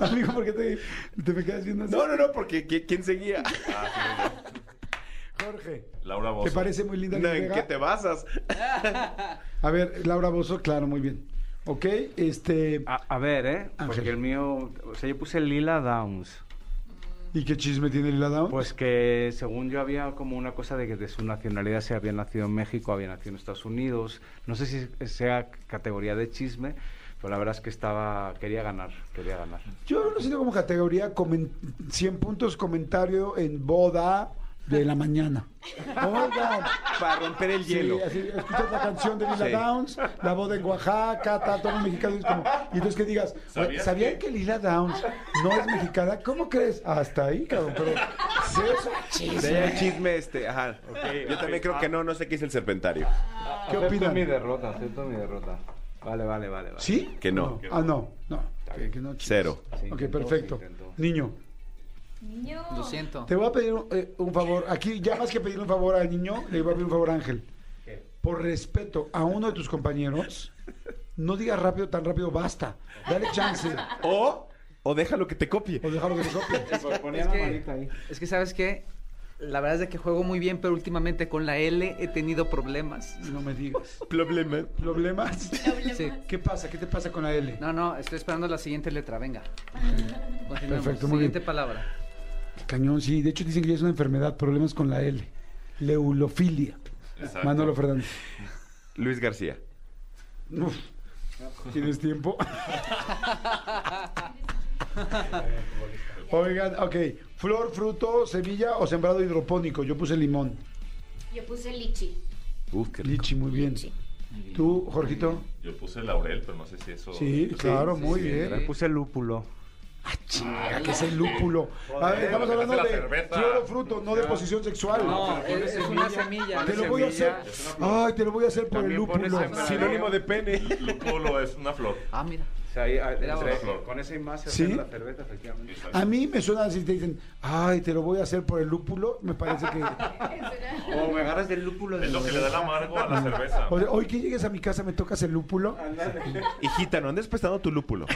B: Amigo, ¿por qué te, te me quedas viendo así?
F: No, no, no, porque ¿qui- ¿quién seguía?
G: Ah,
B: Jorge,
G: Laura Bozo.
B: ¿te parece muy linda Liz
F: No, ¿En
B: Vega?
F: qué te basas?
B: A ver, Laura Bozo, claro, muy bien. Ok, este...
E: A, a ver, ¿eh?
B: Ángel.
E: Porque el mío, o sea, yo puse Lila Downs.
B: ¿Y qué chisme tiene Lila Down?
E: Pues que según yo había como una cosa de que de su nacionalidad se había nacido en México, había nacido en Estados Unidos. No sé si sea categoría de chisme, pero la verdad es que estaba, quería ganar, quería ganar.
B: Yo lo siento como categoría comen- 100 puntos comentario en boda de la mañana. Oigan.
F: Para romper el
B: Sí,
F: hielo.
B: así, escuchas la canción de Lila
F: Sí.
B: Downs, la boda en Oaxaca, tal, todo en mexicano. y es como- y entonces que digas, "Oye,
G: ¿Sabías
B: ¿sabían
G: que-
B: que Lila Downs no es mexicana? ¿Cómo crees? Hasta ahí, cabrón, pero sí, eso es
F: De ahí el
B: chisme.
F: chisme este, ajá. Yo también creo que no, no sé qué es el serpentario.
B: ¿Qué
E: Acepto
B: opinan?
E: mi derrota, acepto mi derrota. Vale, vale, vale. vale.
B: ¿Sí?
F: Que no.
B: Ah, no, no. que- que no chismes.
F: Cero.
E: Se
B: Ok,
E: intentó,
B: perfecto.
E: se intentó.
B: Niño,
C: Niño.
D: Lo siento.
B: Te voy a pedir un, eh, un favor. Aquí, ya más que pedir un favor al niño, le voy a pedir un favor a Ángel. Por respeto a uno de tus compañeros, no digas rápido, tan rápido, basta. Dale chance.
F: O, o déjalo que te copie.
B: O dejarlo que te copie.
E: Ponía
D: Es
E: la
D: que-
E: manita ahí.
D: Es que, ¿sabes qué? La verdad es de que juego muy bien, pero últimamente con la L he tenido problemas.
B: No me digas.
F: Problema.
B: ¿Problemas?
D: Sí.
B: ¿Qué pasa? ¿Qué te pasa con la L?
D: No, no, estoy esperando la siguiente letra, venga. Continuemos.
B: Perfecto, muy
D: siguiente
B: bien.
D: palabra.
B: Cañón, sí. De hecho, dicen que ya es una enfermedad, problemas con la L. Leulofilia.
G: Exacto.
B: Manolo Fernández.
F: Luis García.
B: Uf. ¿Tienes tiempo? Oigan, ok. Flor, fruto, semilla o sembrado hidropónico. Yo puse limón.
C: Yo puse Lichi.
F: Uf, qué rico.
B: Lichi, muy bien.
C: Lichi.
B: ¿Tú, Jorgito?
G: Yo puse Laurel, pero no sé si eso.
B: Sí,
G: Yo
B: claro, muy
D: sí,
B: bien.
D: sí.
E: Le puse lúpulo.
B: Chinga, que es el lúpulo. A ver, estamos
G: Joder,
B: hablando
G: la
B: de
G: cerveza.
B: flor o fruto, no de posición sexual.
D: No, es, es una semilla.
B: Te lo voy a hacer. Ay, te lo voy a hacer por el lúpulo.
F: Sinónimo de pene.
G: L- Lúpulo es una flor.
D: Ah, mira.
E: O sea, ahí- ahí-
D: Era
E: entre-
G: otro.
E: con esa imagen
B: ¿Sí?
E: hacer la cerveza, efectivamente.
G: Exacto.
B: A mí me suena así, te dicen, ay, te lo voy a hacer por el lúpulo. Me parece que.
E: O Oh, me agarras del lúpulo. de
G: Es lo que le da el amargo a la cerveza.
B: O sea, hoy que llegues a mi casa me tocas el lúpulo.
F: Hijita, no andes prestando tu lúpulo.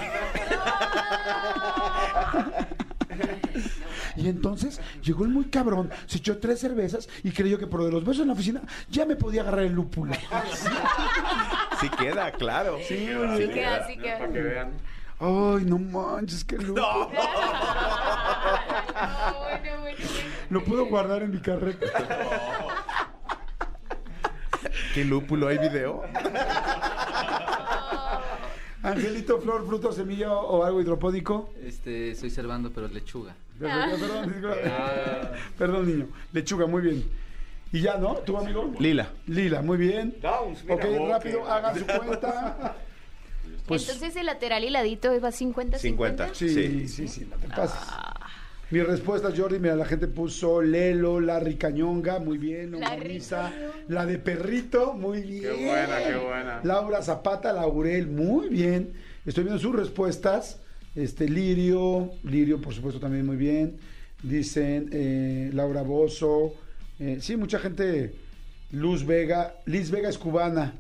B: Y entonces llegó el muy cabrón, se echó tres cervezas y creyó que por lo de los besos en la oficina ya me podía agarrar el lúpulo.
F: Sí queda, claro. Sí,
C: Sí queda, sí queda.
E: Para que vean.
B: Ay, no manches, qué lúpulo.
C: Ay, no, bueno, bueno,
B: Lo puedo guardar en mi carreta.
F: ¿Qué lúpulo? ¿Hay video?
B: Angelito, flor, fruto, semilla o algo hidropónico.
D: Este, estoy servando, pero lechuga.
B: Perdón, perdón, disculpa. Perdón, niño. Lechuga, muy bien. Y ya, ¿no? ¿Tu amigo?
F: Lila.
B: Lila, muy bien.
E: Downs, mira.
B: Ok, rápido, hagan su cuenta. Pues-
C: Entonces el lateral y ladito va 50-50.
F: 50.
B: Sí, sí,
F: Sí.
B: sí, no te pases. Mi respuesta, Jordi, mira, la gente puso Lelo, la ricañonga, muy bien,
C: La
B: la la de perrito, muy bien.
E: Qué buena, qué buena.
B: Laura Zapata, Laurel, muy bien. Estoy viendo sus respuestas. Este, Lirio, Lirio, por supuesto, también muy bien. Dicen eh, Laura Bozo. eh, sí, mucha gente. Luz Vega. Liz Vega es cubana.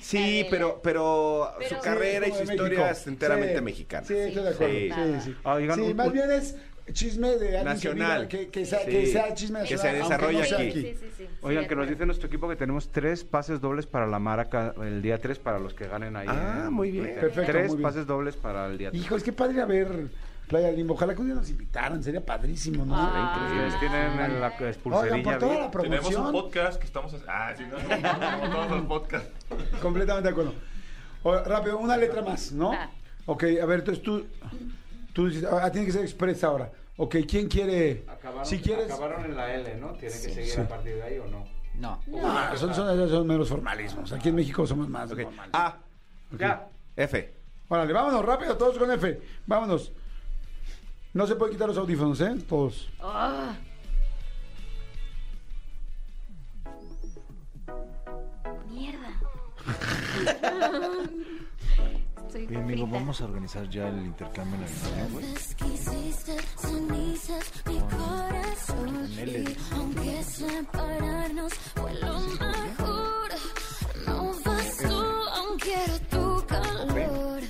F: Sí, pero, pero,
C: Pero-
F: su carrera y su historia es enteramente mexicana.
B: Sí, estoy de acuerdo.
F: Sí.
B: Sí, sí.
E: Ah, oigan,
B: Sí,
E: un-
B: más
E: un-
B: bien es chisme de alguien que
F: Nacional.
B: viva- Que, que sea, que
F: Sí.
B: sea chisme
F: Que se
B: nacional, aunque
F: desarrolla
B: no sea
F: aquí.
C: Sí, sí, sí. Sí,
E: Oigan, que nos
C: de acuerdo.
E: dice nuestro equipo que tenemos tres pases dobles para la Maraca el día 3 para los que ganen ahí.
F: Ah,
E: en
F: muy bien.
E: Twitter.
B: Perfecto,
E: Tres
B: muy bien.
E: pases dobles para el día 3.
B: Hijo, es que padre ir a ver Playa del Limbo. Ojalá que un día nos invitaran, sería padrísimo,
F: Ah,
B: ¿no?
E: Ustedes tienen en la eh,
B: Oigan,
E: pulserilla.
B: por toda
E: bien.
B: la
G: Tenemos un
B: promoción.
G: podcast que estamos. Ah, sí, no, no, todos los podcasts.
B: Completamente de acuerdo. O- rápido, una letra más, ¿no?
C: Va.
B: Ok, a ver, entonces tú, tú dices, ah, tiene que ser expresa ahora. Ok, ¿quién quiere? si quieres.
E: acabaron en la L, ¿no? ¿Tienen que seguir
B: Sí.
E: a partir de ahí o no?
D: No.
B: No, Ah, son, son, son meros formalismos. Aquí en México somos más
F: Ok.
B: formales.
F: A,
E: Ya.
F: F.
B: Órale, vámonos rápido, todos con F. Vámonos. No se pueden quitar los audífonos, ¿eh? Todos.
C: Ah,
K: Mierda.
C: estoy
L: Bien, amigo,
C: frita.
L: vamos a organizar ya el intercambio en el güey.
J: Quisiste cenizas, mi corazón. Y aunque separarnos fue lo mejor, no vas tú, aún quiero tu calor.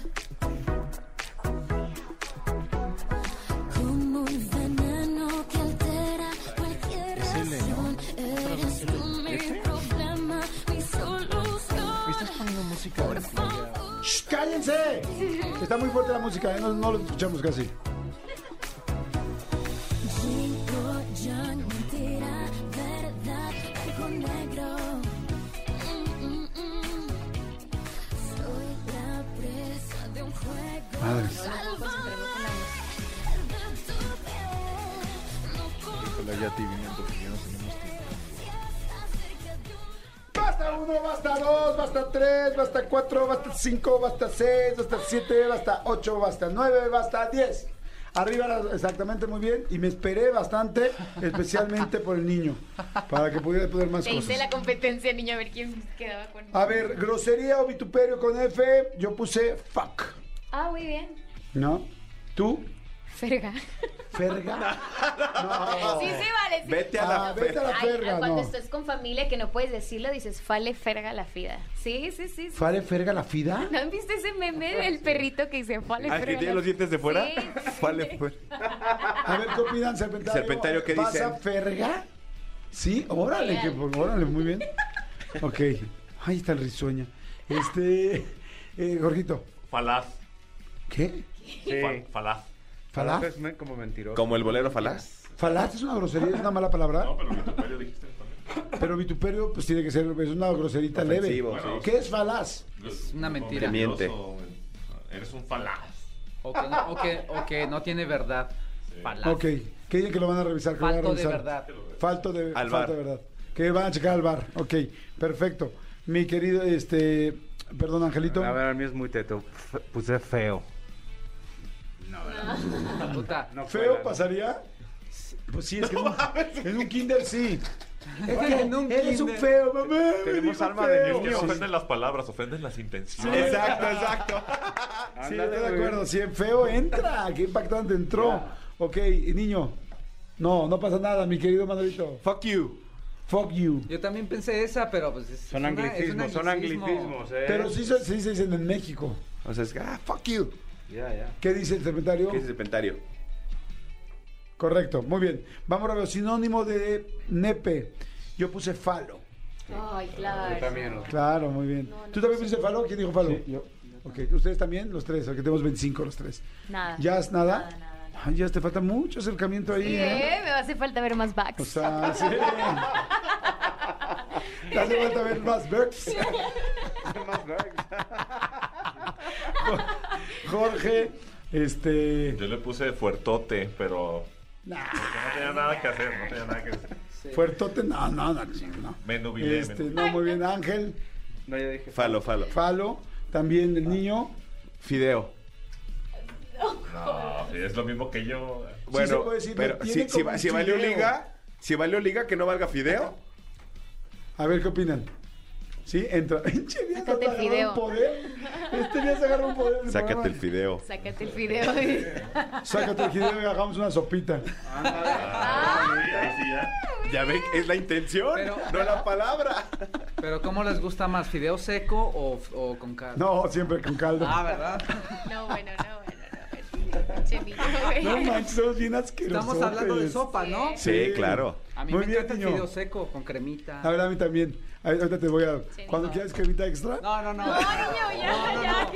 J: Como un veneno que altera cualquier razón, eres tú mi problema, mi solución.
L: ¿Estás poniendo música de
B: ¡Shh, cállense! Está muy fuerte la música, ¿eh? no, no lo escuchamos casi.
J: Chico, ya mentira, verdad, algo negro. Mm, mm, mm. Soy la presa de un juego.
B: Madres.
J: Sálvame de tu piel. No
L: Hola, ya te vienen porque ya no tenemos tiempo.
J: confiesas cerca de un
B: Basta uno, basta dos, basta tres, basta cuatro, basta cinco, basta seis, basta siete, basta ocho, basta nueve, basta diez. Arriba era exactamente muy bien y me esperé bastante, especialmente por el niño, para que pudiera poner más
C: Te hice
B: cosas. Ah.
C: la competencia, niño, a ver quién quedaba con.
B: A ver, grosería o vituperio con F, yo puse fuck,
C: Ah, muy bien.
B: ¿no? ¿Tú?
C: Ferga.
B: Ferga. No.
C: Sí, sí, vale. Sí.
F: Vete a la
B: Ah, vete a
F: F.
B: la
C: Ay,
B: ferga,
C: cuando
B: no.
C: estás con familia que no puedes decirlo, dices, fale ferga la fida. Sí, sí, sí. sí.
B: ¿Fare ferga la fida?
C: ¿No han visto ese meme del perrito que dice, fale
F: Ah,
C: ferga
F: que tiene
C: la
F: los dientes de fuera. pues.
C: Sí, sí, sí.
F: ¿Cuál le fue?
B: A ver, ¿qué opinan, Serpentario?
F: Serpentario, ¿qué
B: ¿Pasa
F: dicen?
B: ferga? Sí, órale, que, pues, órale, muy bien. Ok, ahí está el risueña. Este, eh, Jorgito,
G: Falaz.
B: ¿qué?
G: Fa- falaz.
E: Falaz
B: ¿Falaz?
E: es me- como mentiroso.
F: Como el bolero falaz.
B: ¿Falaz es una grosería, es una mala palabra?
G: No, pero que tu pelio dijiste también.
B: Pero vituperio, pues tiene que ser, es una groserita
F: Ofensivo,
B: leve.
F: sí.
B: ¿Qué es falaz?
G: Es
D: una mentira.
F: Te miente.
G: Eres un falaz.
D: O que no, o que, o que no tiene verdad. Palaz.
B: Ok, que digan que lo van a revisar. Que lo van a
D: Falto de
B: revisar.
D: verdad.
B: Falto de,
F: Al
B: falto
F: bar.
B: de verdad. Que van a checar al bar. Ok, perfecto. Mi querido, este, perdón, Angelito.
E: A ver, a mí es muy teto. F- Puse feo.
D: Puta.
E: No
B: ¿Feo
E: cuela, ¿no?
B: pasaría? Pues sí, es que en, un, en un kinder sí. Es que
D: en un
B: eres un
D: kinder.
B: feo, mamá. me
E: Tenemos
B: dijo
E: alma
B: feo.
E: de
G: Es que
E: niño.
G: no
E: Sí.
G: ofenden las palabras, ofenden las intenciones.
F: Exacto, exacto.
B: Sí,
E: Ándale,
B: estoy de
E: güey.
B: acuerdo. Si en feo entra, qué impactante entró. Ok, niño. No, no pasa nada, mi querido Manolito.
F: Fuck you.
B: Fuck you.
D: Yo también pensé esa, pero pues es,
E: Son
D: es una- es
E: anglicismos,
D: un
E: son
D: anglicismo.
E: anglicismos, ¿eh?
B: Pero sí, se- sí se dicen en México.
F: O sea, es que, ah, fuck you.
E: Ya, ya.
B: ¿Qué dice el secretario?
F: ¿Qué es el pentario?
B: Correcto, muy bien. Vamos a ver, sinónimo de nepe. Yo puse falo.
C: Ay,
E: Yo
C: claro.
E: también lo-
B: Claro, muy bien.
C: No, no
B: ¿Tú también pusiste falo? ¿Quién dijo falo? yo. Ok, ustedes también, los tres, porque tenemos 25 los tres.
C: Nada.
B: ¿Ya es nada?
C: Nada, nada, nada.
B: Ay, ya te falta mucho acercamiento ahí,
C: Sí,
B: ¿eh?
C: ¿eh? Me hace falta ver más backs.
B: O sea, sí. Te hace falta ver más Berks. Jorge, este.
G: Yo le puse fuertote, pero
B: Nah,
G: no tenía nada que hacer, no tenía nada que hacer.
B: fuertote, no, no, no, no.
G: Me nubilé,
B: Este,
G: me
B: no, muy bien, Ángel.
E: No, yo dije
F: Falo, falo.
B: Falo, también el niño.
F: Fideo.
G: No, es lo mismo que yo.
F: Bueno,
B: se puede decir,
F: pero
B: tiene
F: si, si,
B: como un
F: si valió
B: fideo.
F: liga, si valió liga, que no valga fideo.
B: A ver qué opinan. Sí, entra. Pinche día nos
C: Sácate el
B: agarró un
C: fideo.
B: poder. Este día se agarró un poder. en
F: Sácate el
B: programa.
F: fideo.
C: Sácate el video.
B: Sácate el fideo y hagamos una sopita.
G: Ah, sí, ahí sí ya.
F: Ya ve, es la intención, no la palabra.
D: Pero ¿cómo les gusta más? ¿Fideo seco o, o con caldo?
B: No, siempre con caldo.
D: Ah, ¿verdad?
M: No, bueno, no, bueno, no. Chemito, güey.
B: No manches, somos bien asquerosos.
D: Estamos hablando de sopa, ¿no?
F: Sí, claro.
D: A mí
B: Muy
D: me
B: bien,
D: encanta
B: niño.
D: el fideo seco con cremita.
B: A ver, a mí también. A ver, ahorita te voy a. Cuando quieras cremita extra.
D: No, no, no.
M: No, niño, ya, ya.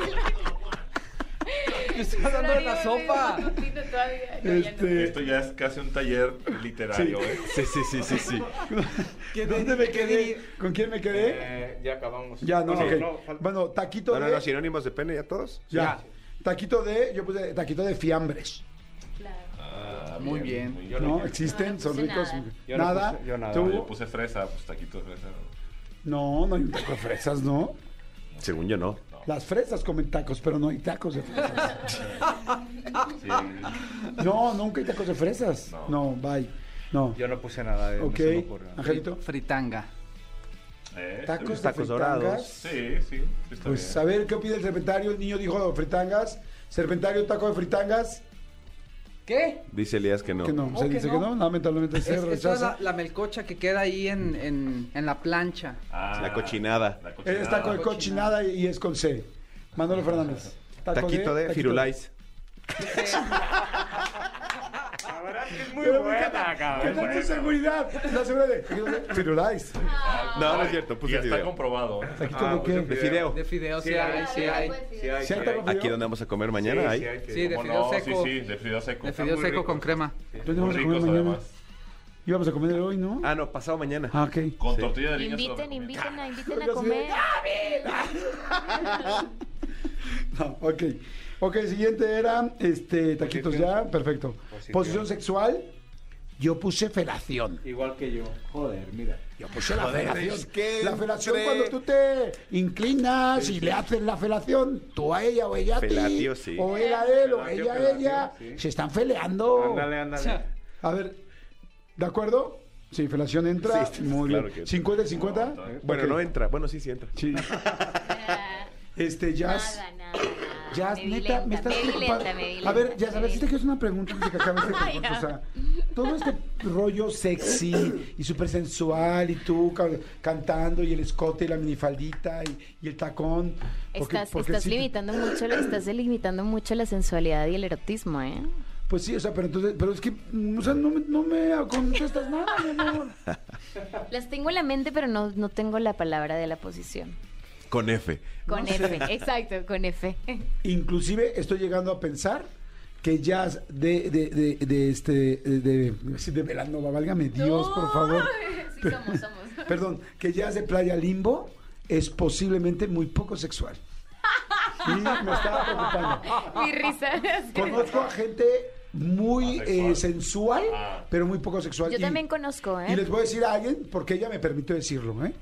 D: Yo estoy hablando de la sopa.
M: No, todavía, no, ya no.
B: Este.
G: Esto ya es casi un taller literario, ¿eh?
F: Sí, sí, sí, sí, sí.
B: ¿Dónde me quedé? ¿Con quién me quedé?
D: Eh,
E: Eh, ya acabamos.
B: Ya, no,
F: Sí.
B: ok.
F: No, falta-
B: Bueno, taquito
F: No, no,
B: de.
F: no, sinónimos de pene ya todos.
B: ya. Taquito de. Yo puse taquito de fiambres.
G: Ah,
D: Muy bien.
G: Yo
B: ¿No?
G: no-
B: ¿Existen?
C: no
B: ¿Son
C: puse
B: ricos?
C: nada.
E: Yo no
B: nada.
E: puse- yo nada.
B: ¿Tú?
G: Ah, Yo puse fresa, pues taquitos de fresa.
B: No, no hay un taco de fresas, ¿no?
F: Según yo no.
B: Las fresas comen tacos, pero no hay tacos de fresas.
G: Sí.
B: No, nunca hay tacos de fresas. No,
G: No.
B: bye. No.
E: Yo no puse nada de no
B: ok.
E: se me ocurre nada.
B: Angelito.
D: Fritanga.
G: Eh,
B: Tacos, de fritangas.
F: Tacos dorados.
G: Sí, sí. sí está
B: Pues
G: bien.
B: a ver, ¿qué opina el serpentario? El niño dijo fritangas. Serpentario, taco de fritangas.
D: ¿Qué?
F: Dice Elías que no.
B: Que no,
D: ¿Cómo
B: se
D: que
B: dice que
D: no?
B: no, lamentablemente
D: Es,
B: se
D: esa es la,
B: rechaza.
D: la melcocha que queda ahí en, en, en la plancha.
G: Ah,
F: La cochinada.
G: La cochinada.
B: Es taco de cochinada y y es con C. Manolo Fernández. Taco
F: Taquito de firulais.
E: es
B: Pero me encanta, ¿Qué tal tu seguridad? La seguridad de firulais. Ah.
F: No, no es cierto,
G: Y
F: puse
G: ya
F: el
G: está
F: video.
G: comprobado. ¿eh?
B: Taquito
E: Ah,
B: de
E: pues
B: qué?
F: De fideo.
D: De fideo, sí,
E: Sí
D: hay,
E: hay,
D: sí
C: Ah,
D: hay.
C: pues.
E: Sí, hay,
B: ¿Sí hay
E: sí
B: taco
E: hay.
B: de
F: Aquí
B: fideo?
F: donde vamos a comer mañana
E: Sí,
F: hay.
E: sí hay que-
D: Sí, de
G: ¿Cómo
D: fideo
G: no?
D: seco.
G: Sí, sí, de fideo seco.
D: De fideo
E: muy
D: seco
E: rico.
D: con crema.
B: ¿Dónde vamos a comer
G: Ricos,
B: mañana?
G: además.
B: Íbamos a comer hoy, ¿no?
F: Ah, no, pasado mañana.
B: Ah, ok.
G: Con
F: Sí.
G: tortilla de línea. se lo
C: Inviten,
G: recomiendo.
C: inviten a, inviten
B: Yo
C: a
B: sí.
C: comer.
B: No, ok. Ok, el siguiente era este, taquitos
E: Posición.
B: ya, perfecto.
E: Posición.
B: Posición sexual, yo puse felación.
E: Igual que yo. Joder, mira.
B: Yo puse la
F: Joder,
B: felación.
F: es que
B: la felación
F: entre-
B: cuando tú te inclinas y le haces la felación, tú a ella o ella a ti,
F: Felatio, sí.
B: o él a él o
E: Felatio,
B: ella a
E: felación,
B: ella,
E: sí.
B: se están feleando.
E: Ándale, ándale.
B: A ver, ¿de acuerdo? Sí, felación entra.
F: Sí, sí,
B: Muy
F: claro
B: bien.
F: que-
B: 50 y 50.
F: Bueno,
B: Ok.
F: no entra. Bueno, sí, sí entra.
B: Sí. Este, Jazz.
C: Nada, nada, nada.
B: Jazz,
C: me vi
B: neta,
C: lenta,
B: me estás
C: me vi
B: preocupando.
C: lenta, me vi
B: a ver,
C: lenta,
B: Jazz, a
C: me
B: ver si
C: vi
B: te quiero hacer una pregunta antes de que acabes de contar. O sea, todo este rollo sexy y súper sensual y tú ca- cantando y el escote y la minifaldita y, y el tacón. porque-
C: Estás,
B: porque
C: estás
B: sí te-
C: limitando mucho, estás delimitando mucho la sensualidad y el erotismo, ¿eh?
B: Pues sí, o sea, pero entonces, pero es que, mm, o sea, no me, no me contestas nada, mi amor.
C: Las tengo en la mente, pero no, no tengo la palabra de la posición.
F: Con F.
C: Con F, exacto, con F.
B: Inclusive estoy llegando a pensar que jazz de, de, de, de este de, de, de Belanova, válgame Dios, por favor.
M: Sí, somos, somos.
B: Perdón, que jazz de Playa Limbo es posiblemente muy poco sexual. Y me estaba preocupando.
M: Mi risa.
B: Conozco a gente muy eh, sensual, pero muy poco sexual.
C: Yo
B: Y-
C: también conozco,
B: Y les
C: ¿eh?
B: voy a decir a alguien, porque ella me permitió decirlo, ¿eh?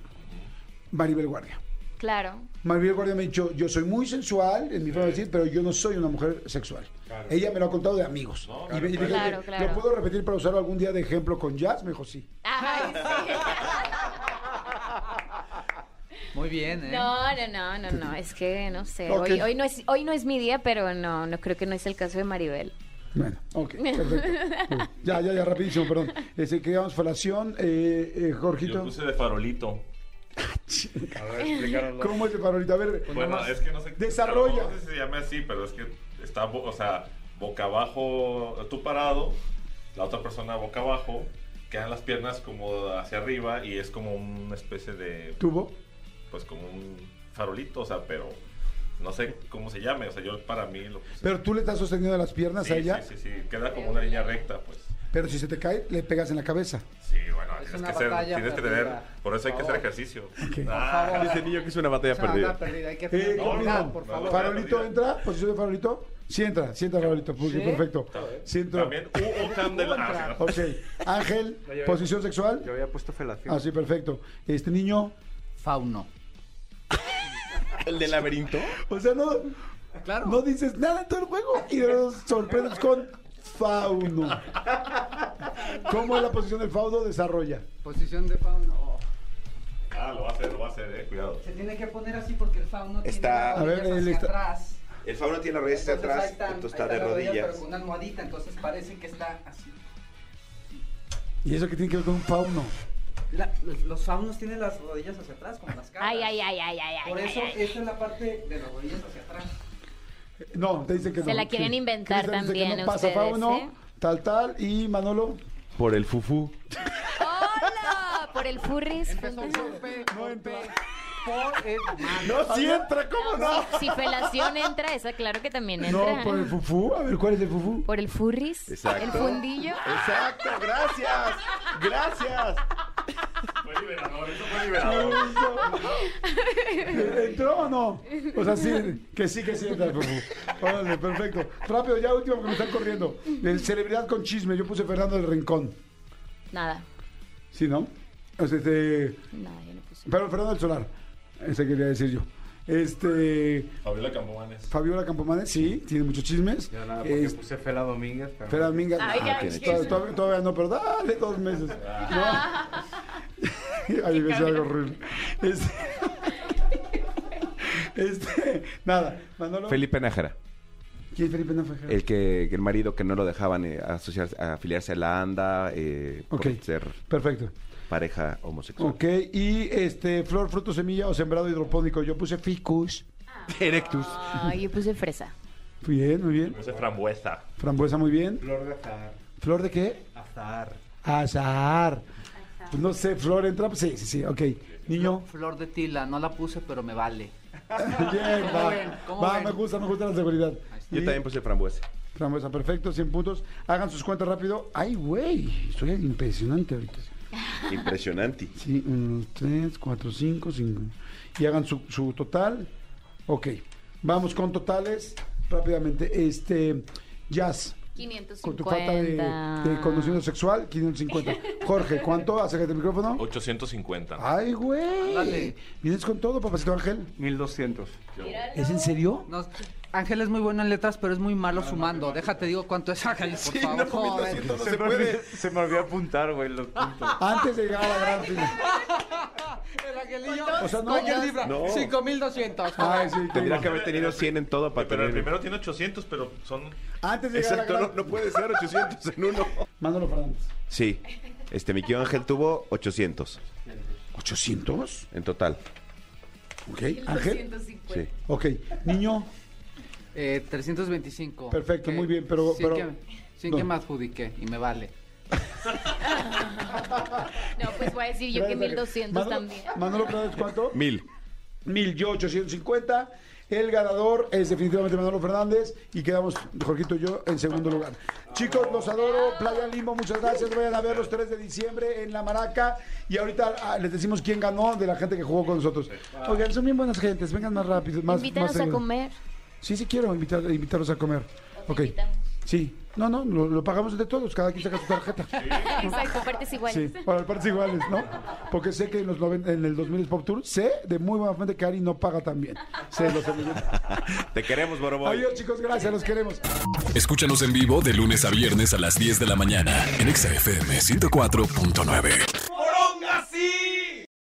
B: Maribel Guardia.
C: Claro.
B: Maribel Guardia me ha dicho, yo soy muy sensual, en mi forma de decir, pero yo no soy una mujer sexual. Ella me lo ha contado de amigos.
G: No,
B: Y
G: claro,
B: me- y dije,
C: Claro,
B: "Oye,
C: claro.
B: ¿Lo puedo repetir para usarlo algún día de ejemplo con jazz? Me dijo, sí.
M: Ay,
D: Muy bien, ¿eh?
C: No, no, no, no, no. Es que no sé.
B: Ok.
C: Hoy, hoy no es, hoy no es mi día, pero no, no creo que no es el caso de Maribel.
B: Bueno, ok, perfecto. ya, ya, ya, rapidísimo, perdón. Este, creamos falación, eh, eh,
G: Yo
B: Jorgito.
G: puse de farolito.
E: A ver, explícanos.
B: ¿Cómo es de farolito? A ver,
D: Pues
G: Bueno, es que no sé.
B: Desarrolla.
G: No sé si se llame así, pero es que está, bo- o sea, boca abajo, tú parado, la otra persona boca abajo, quedan las piernas como hacia arriba y es como una especie de,
B: tuvo.
G: pues como un farolito, o sea, pero no sé cómo se llame, o sea, yo para mí lo puse.
B: Pero tú le estás sosteniendo las piernas
G: sí,
B: a ella,
G: sí, sí, sí, queda como una línea recta, pues.
B: pero si se te cae, le pegas en la cabeza.
G: Sí, bueno,
D: Es
G: tienes
D: una
G: que, ser,
D: batalla
G: tienes que
D: perdida.
G: tener, por eso hay que hacer ejercicio. Ah,
D: favor.
F: Dice niño que es una batalla
D: Es una
F: perdida.
D: onda perdida, hay que
B: Eh,
D: no,
B: capitán,
D: por
G: no,
D: favor.
G: no.
B: ¿Farolito entra? ¿Posición de farolito? Sí entra, sí entra farolito. Muy bien,
D: ¿Sí?
B: Perfecto. Sí entra.
G: también hubo candela.
B: Ok. Ángel,
E: No, yo-
B: posición sexual.
E: Yo había puesto felación.
B: Ah, sí, perfecto. Este niño.
D: Fauno.
F: ¿El del laberinto?
B: O sea, no,
D: Claro.
B: no dices nada en todo el juego y nos sorprendes con fauno. ¿Cómo es la posición del fauno? Desarrolla.
D: Posición de fauno.
G: Ah, lo va a hacer, lo va a hacer, eh, cuidado.
D: Se tiene que poner así porque el fauno
F: Está-
D: tiene
B: A ver,
D: las rodillas
B: él
D: hacia
B: está-
D: atrás.
F: El Fauno tiene las rodillas
D: Entonces, ahí
F: atrás,
D: están,
F: entonces
D: ahí
F: está de
D: están las
F: rodillas.
D: Pero con una almohadita, entonces parece que está así.
B: ¿Y eso que tiene que ver con un fauno?
D: La- los, los faunos tienen las rodillas hacia atrás, como las cabras.
C: Ay, ay, ay, ay, ay, ay.
D: Por
C: ay,
D: eso,
C: ay.
D: esta es la parte de las rodillas hacia atrás.
B: No, te dicen que
C: Se
B: no.
C: la quieren inventar
B: Cristian dice que
C: también
B: no pasa
C: ustedes,
B: fauno,
C: ¿eh?
B: tal, tal. Y Manolo.
F: Por el fufú.
C: ¡Hola! Por el furris.
D: No Por el
B: No, sí entra, ¿cómo no?
C: Si felación entra, esa claro que también entra.
B: No, por el fufú. A ver, ¿cuál es el fufú?
C: Por el furris.
F: Exacto.
C: El fundillo.
F: Exacto, gracias. Gracias.
G: Fue liberador, eso fue liberador.
B: ¿Entró o no? O sea, sí, que sí, que sí entra el fufú. Órale, perfecto. Rápido, ya último, que me están corriendo. El celebridad con chisme. Yo puse Fernando del Rincón.
C: Nada.
B: ¿Sí, no? O sea, este...
C: Nada, yo no puse.
B: Pero Fernando del Solar. Ese quería decir yo. Este...
G: Fabiola Campomanes.
B: Fabiola Campomanes, sí, tiene muchos chismes.
E: Yo nada, porque
B: Este,
E: puse Fela Domínguez. Pero...
B: Fera Minga,
E: Ay,
B: no,
E: ya,
B: que-
E: sí.
B: todavía, todavía- Ah, todavía no, pero dale dos meses.
E: Ah.
B: No. Ay, me hice algo horrible. Este, este, nada, Manolo.
F: Felipe Nájera.
B: ¿Quién es Felipe Nájera?
F: El que, que el marido que no lo dejaban eh, asociarse, a afiliarse a la ANDA eh, por
B: Ok.
F: ser
B: Perfecto.
F: pareja homosexual.
B: Ok, y este, flor, fruto, semilla o sembrado hidropónico. Yo puse ficus.
F: Erectus.
C: Ay, yo puse fresa.
B: Bien, muy bien.
G: Puse frambuesa.
B: Frambuesa, muy bien.
E: Flor de azar.
B: ¿Flor de qué?
E: Azar.
B: Azar. Pues no sé, flor entra. pues Sí, sí, sí, ok. Niño.
D: Flor de tila, no la puse, pero me vale.
B: Bien,
D: ¿Cómo
B: va.
D: ven? ¿Cómo
B: Va,
D: ven?
B: me gusta, me gusta la seguridad.
F: Yo
B: Y-
F: también puse frambuesa.
B: Frambuesa, perfecto, 100 puntos. Hagan sus cuentas rápido. Ay, güey, soy impresionante ahorita.
F: Impresionante.
B: Sí, 1, 3, 4, 5, 5. Y hagan su, su total. Ok, vamos con totales rápidamente. Este, Jazz, con
C: 550.
B: tu falta de, de conocimiento sexual, 550. Jorge, ¿cuánto? Acércate el micrófono.
G: 850.
B: Ay, güey.
D: Ándale.
B: ¿Vienes con todo, papacito Ángel?
E: 1200.
B: ¿Es en serio?
D: No, Ángel es muy bueno en letras, pero es muy malo sumando. Déjate, digo cuánto es Ángel, por favor. Joder.
E: se, me olvidó, se me olvidó apuntar, güey, los puntos.
B: Antes de llegar a la gran final.
D: El angelillo.
B: O sea, no, Ah.
D: Oye,
B: ya-
D: libra,
F: no.
D: 5200.
B: Ay, sí, qué
F: Tendría que haber tenido 100 en todo para
G: Pero el
F: tener-
G: primero tiene 800, pero son...
B: Antes de llegar
F: Exacto,
B: a la
F: no,
B: gran...
F: no puede ser 800 en uno.
B: Mándalo, Fernández.
F: Sí. Este, mi tío Ángel tuvo 800
B: ¿800?
F: en total.
B: Ok, Ángel.
F: Sí.
B: Ok, niño,
D: Eh, 325.
B: Perfecto,
D: Que-
B: muy bien, pero-
D: Sin,
B: pero-
D: que, sin
B: no.
D: que me adjudiqué y me vale.
C: No, pues voy a decir yo que
B: Gracias,
C: 1200
B: Manolo-
C: también.
B: Manolo Fernández, ¿cuánto?
F: Mil.
B: 1000, yo 850. El ganador es definitivamente Manolo Fernández y quedamos, Jorgito y yo, en segundo lugar. Chicos, los adoro. Playa Limbo, muchas gracias. Vayan a ver los 3 de diciembre en La Maraca. Y ahorita ah, les decimos quién ganó de la gente que jugó con nosotros. Oigan, son bien buenas gentes. Vengan más rápido. Más,
C: Invítanos
B: más
C: a
B: seguido.
C: comer.
B: Sí, sí quiero invitar, invitarlos a comer. Ok.
C: invitamos.
B: Sí. No, no, lo, lo pagamos de todos. Cada quien saca su tarjeta.
C: Exacto, partes iguales.
B: Sí, para las partes iguales, ¿no? Porque sé que en, los noven- en el 2000 es Pop Tour, sé de muy buena fuente que Ari no paga tan bien. Se los admito.
F: Te queremos, Boroboy.
B: Adiós, chicos, gracias, los queremos.
A: Escúchanos en vivo de lunes a viernes a las 10 de la mañana en Exa FM 104.9.